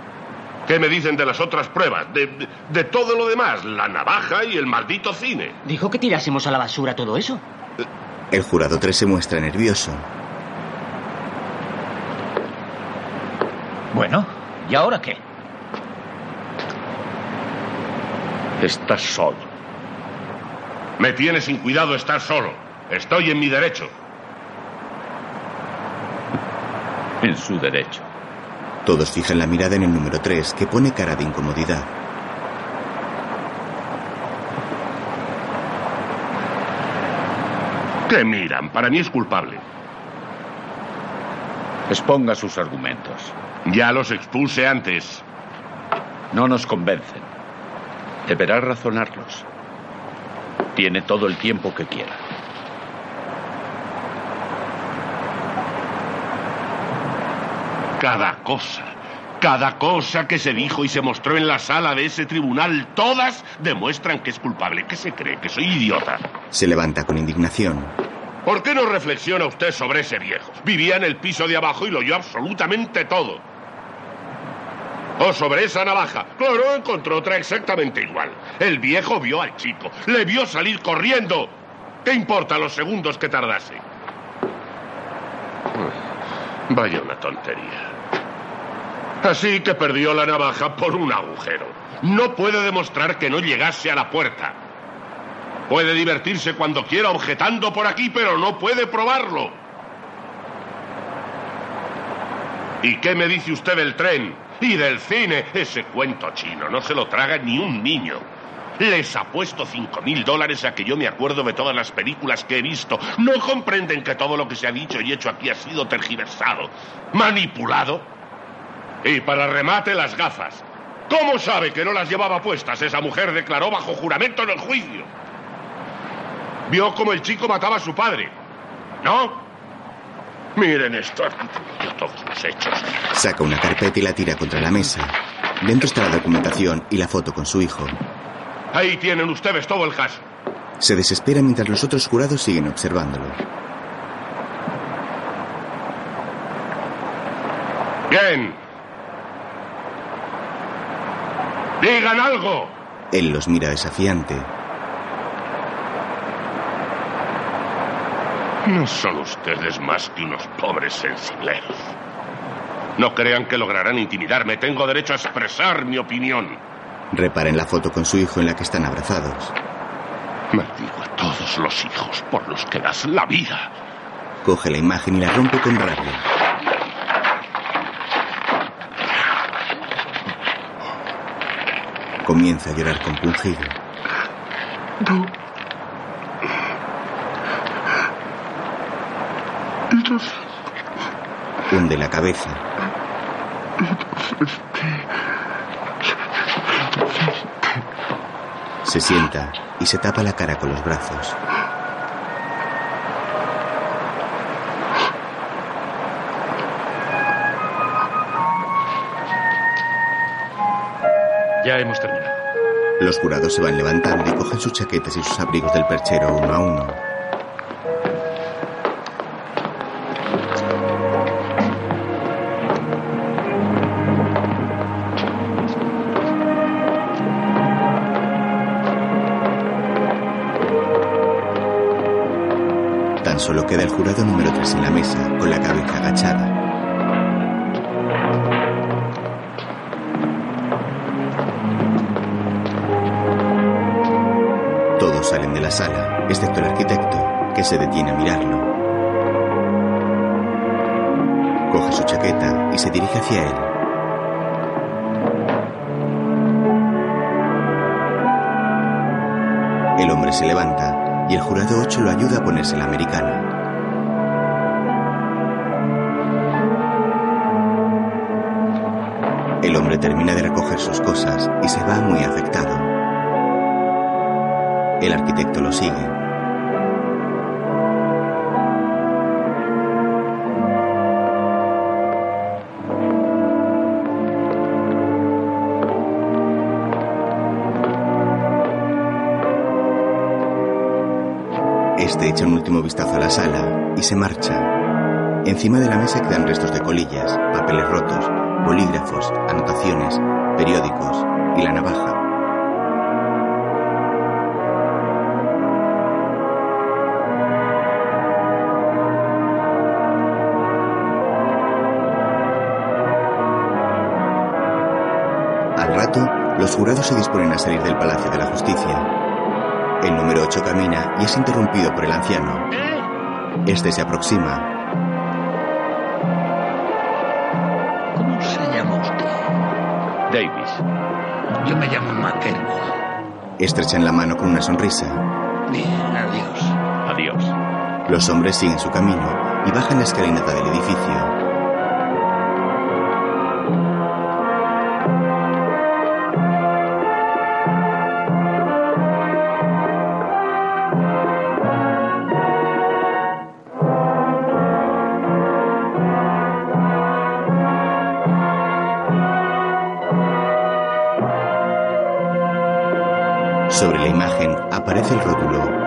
¿Qué me dicen de las otras pruebas? De, de- de todo lo demás, la navaja y el maldito cine.
¿Dijo que tirásemos a la basura todo eso?
El jurado 3 se muestra nervioso.
Bueno,
¿y ahora qué?
Estás solo. Me tiene sin cuidado estar solo. Estoy en mi derecho.
En su derecho.
Todos fijan la mirada en el número 3 que pone cara de incomodidad.
¿Qué miran? Para mí es culpable.
Exponga sus argumentos.
Ya los expuse antes.
No nos convencen. Deberá razonarlos. Tiene todo el tiempo que quiera.
Cada cosa, cada cosa que se dijo y se mostró en la sala de ese tribunal, todas demuestran que es culpable. ¿Qué se cree? ¿Que soy idiota?
Se levanta con indignación.
¿Por qué no reflexiona usted sobre ese viejo? Vivía en el piso de abajo y lo oyó absolutamente todo. O sobre esa navaja. Claro, encontró otra exactamente igual. El viejo vio al chico. Le vio salir corriendo. ¿Qué importa los segundos que tardase? Vaya una tontería. Así que perdió la navaja por un agujero. No puede demostrar que no llegase a la puerta. Puede divertirse cuando quiera objetando por aquí, pero no puede probarlo. ¿Y qué me dice usted del tren? Y del cine. Ese cuento chino no se lo traga ni un niño. Les apuesto cinco mil dólares a que yo me acuerdo de todas las películas que he visto. No comprenden que todo lo que se ha dicho y hecho aquí ha sido tergiversado, manipulado. Y para remate, las gafas. ¿Cómo sabe que no las llevaba puestas? Esa mujer declaró bajo juramento en el juicio. Vio cómo el chico mataba a su padre. ¿No? Miren esto. Yo todos los hechos.
Saca una carpeta y la tira contra la mesa. Dentro está la documentación y la foto con su hijo.
Ahí tienen ustedes todo el caso.
Se desespera mientras los otros jurados siguen observándolo.
Bien. Digan algo.
Él los mira desafiante.
No son ustedes más que unos pobres sensibleros. No crean que lograrán intimidarme. Tengo derecho a expresar mi opinión.
Repara en la foto con su hijo en la que están abrazados.
Maldigo a todos los hijos por los que das la vida.
Coge la imagen y la rompe con rabia. Comienza a llorar compungido.
No. Entonces,
Hunde la cabeza. Se sienta y se tapa la cara con los brazos.
Ya hemos terminado.
Los jurados se van levantando y cogen sus chaquetas y sus abrigos del perchero uno a uno. Tan solo queda el jurado número 3 en la mesa, con la cabeza agachada. Todos salen de la sala, excepto el arquitecto, que se detiene a mirarlo. Coge su chaqueta y se dirige hacia él. El hombre se levanta y el jurado 8 lo ayuda a ponerse la americana. El hombre termina de recoger sus cosas y se va muy afectado. El arquitecto lo sigue. Este echa un último vistazo a la sala y se marcha. Encima de la mesa quedan restos de colillas, papeles rotos, bolígrafos, anotaciones, periódicos y la navaja. Al rato, los jurados se disponen a salir del Palacio de la Justicia. El número 8 camina y es interrumpido por el anciano. Este se aproxima.
¿Cómo se llama usted?
Davis.
Yo me llamo Materbo.
Estrechan la mano con una sonrisa.
Bien, adiós.
Adiós. Los hombres siguen su camino y bajan la escalinata del edificio. Sobre la imagen aparece el rótulo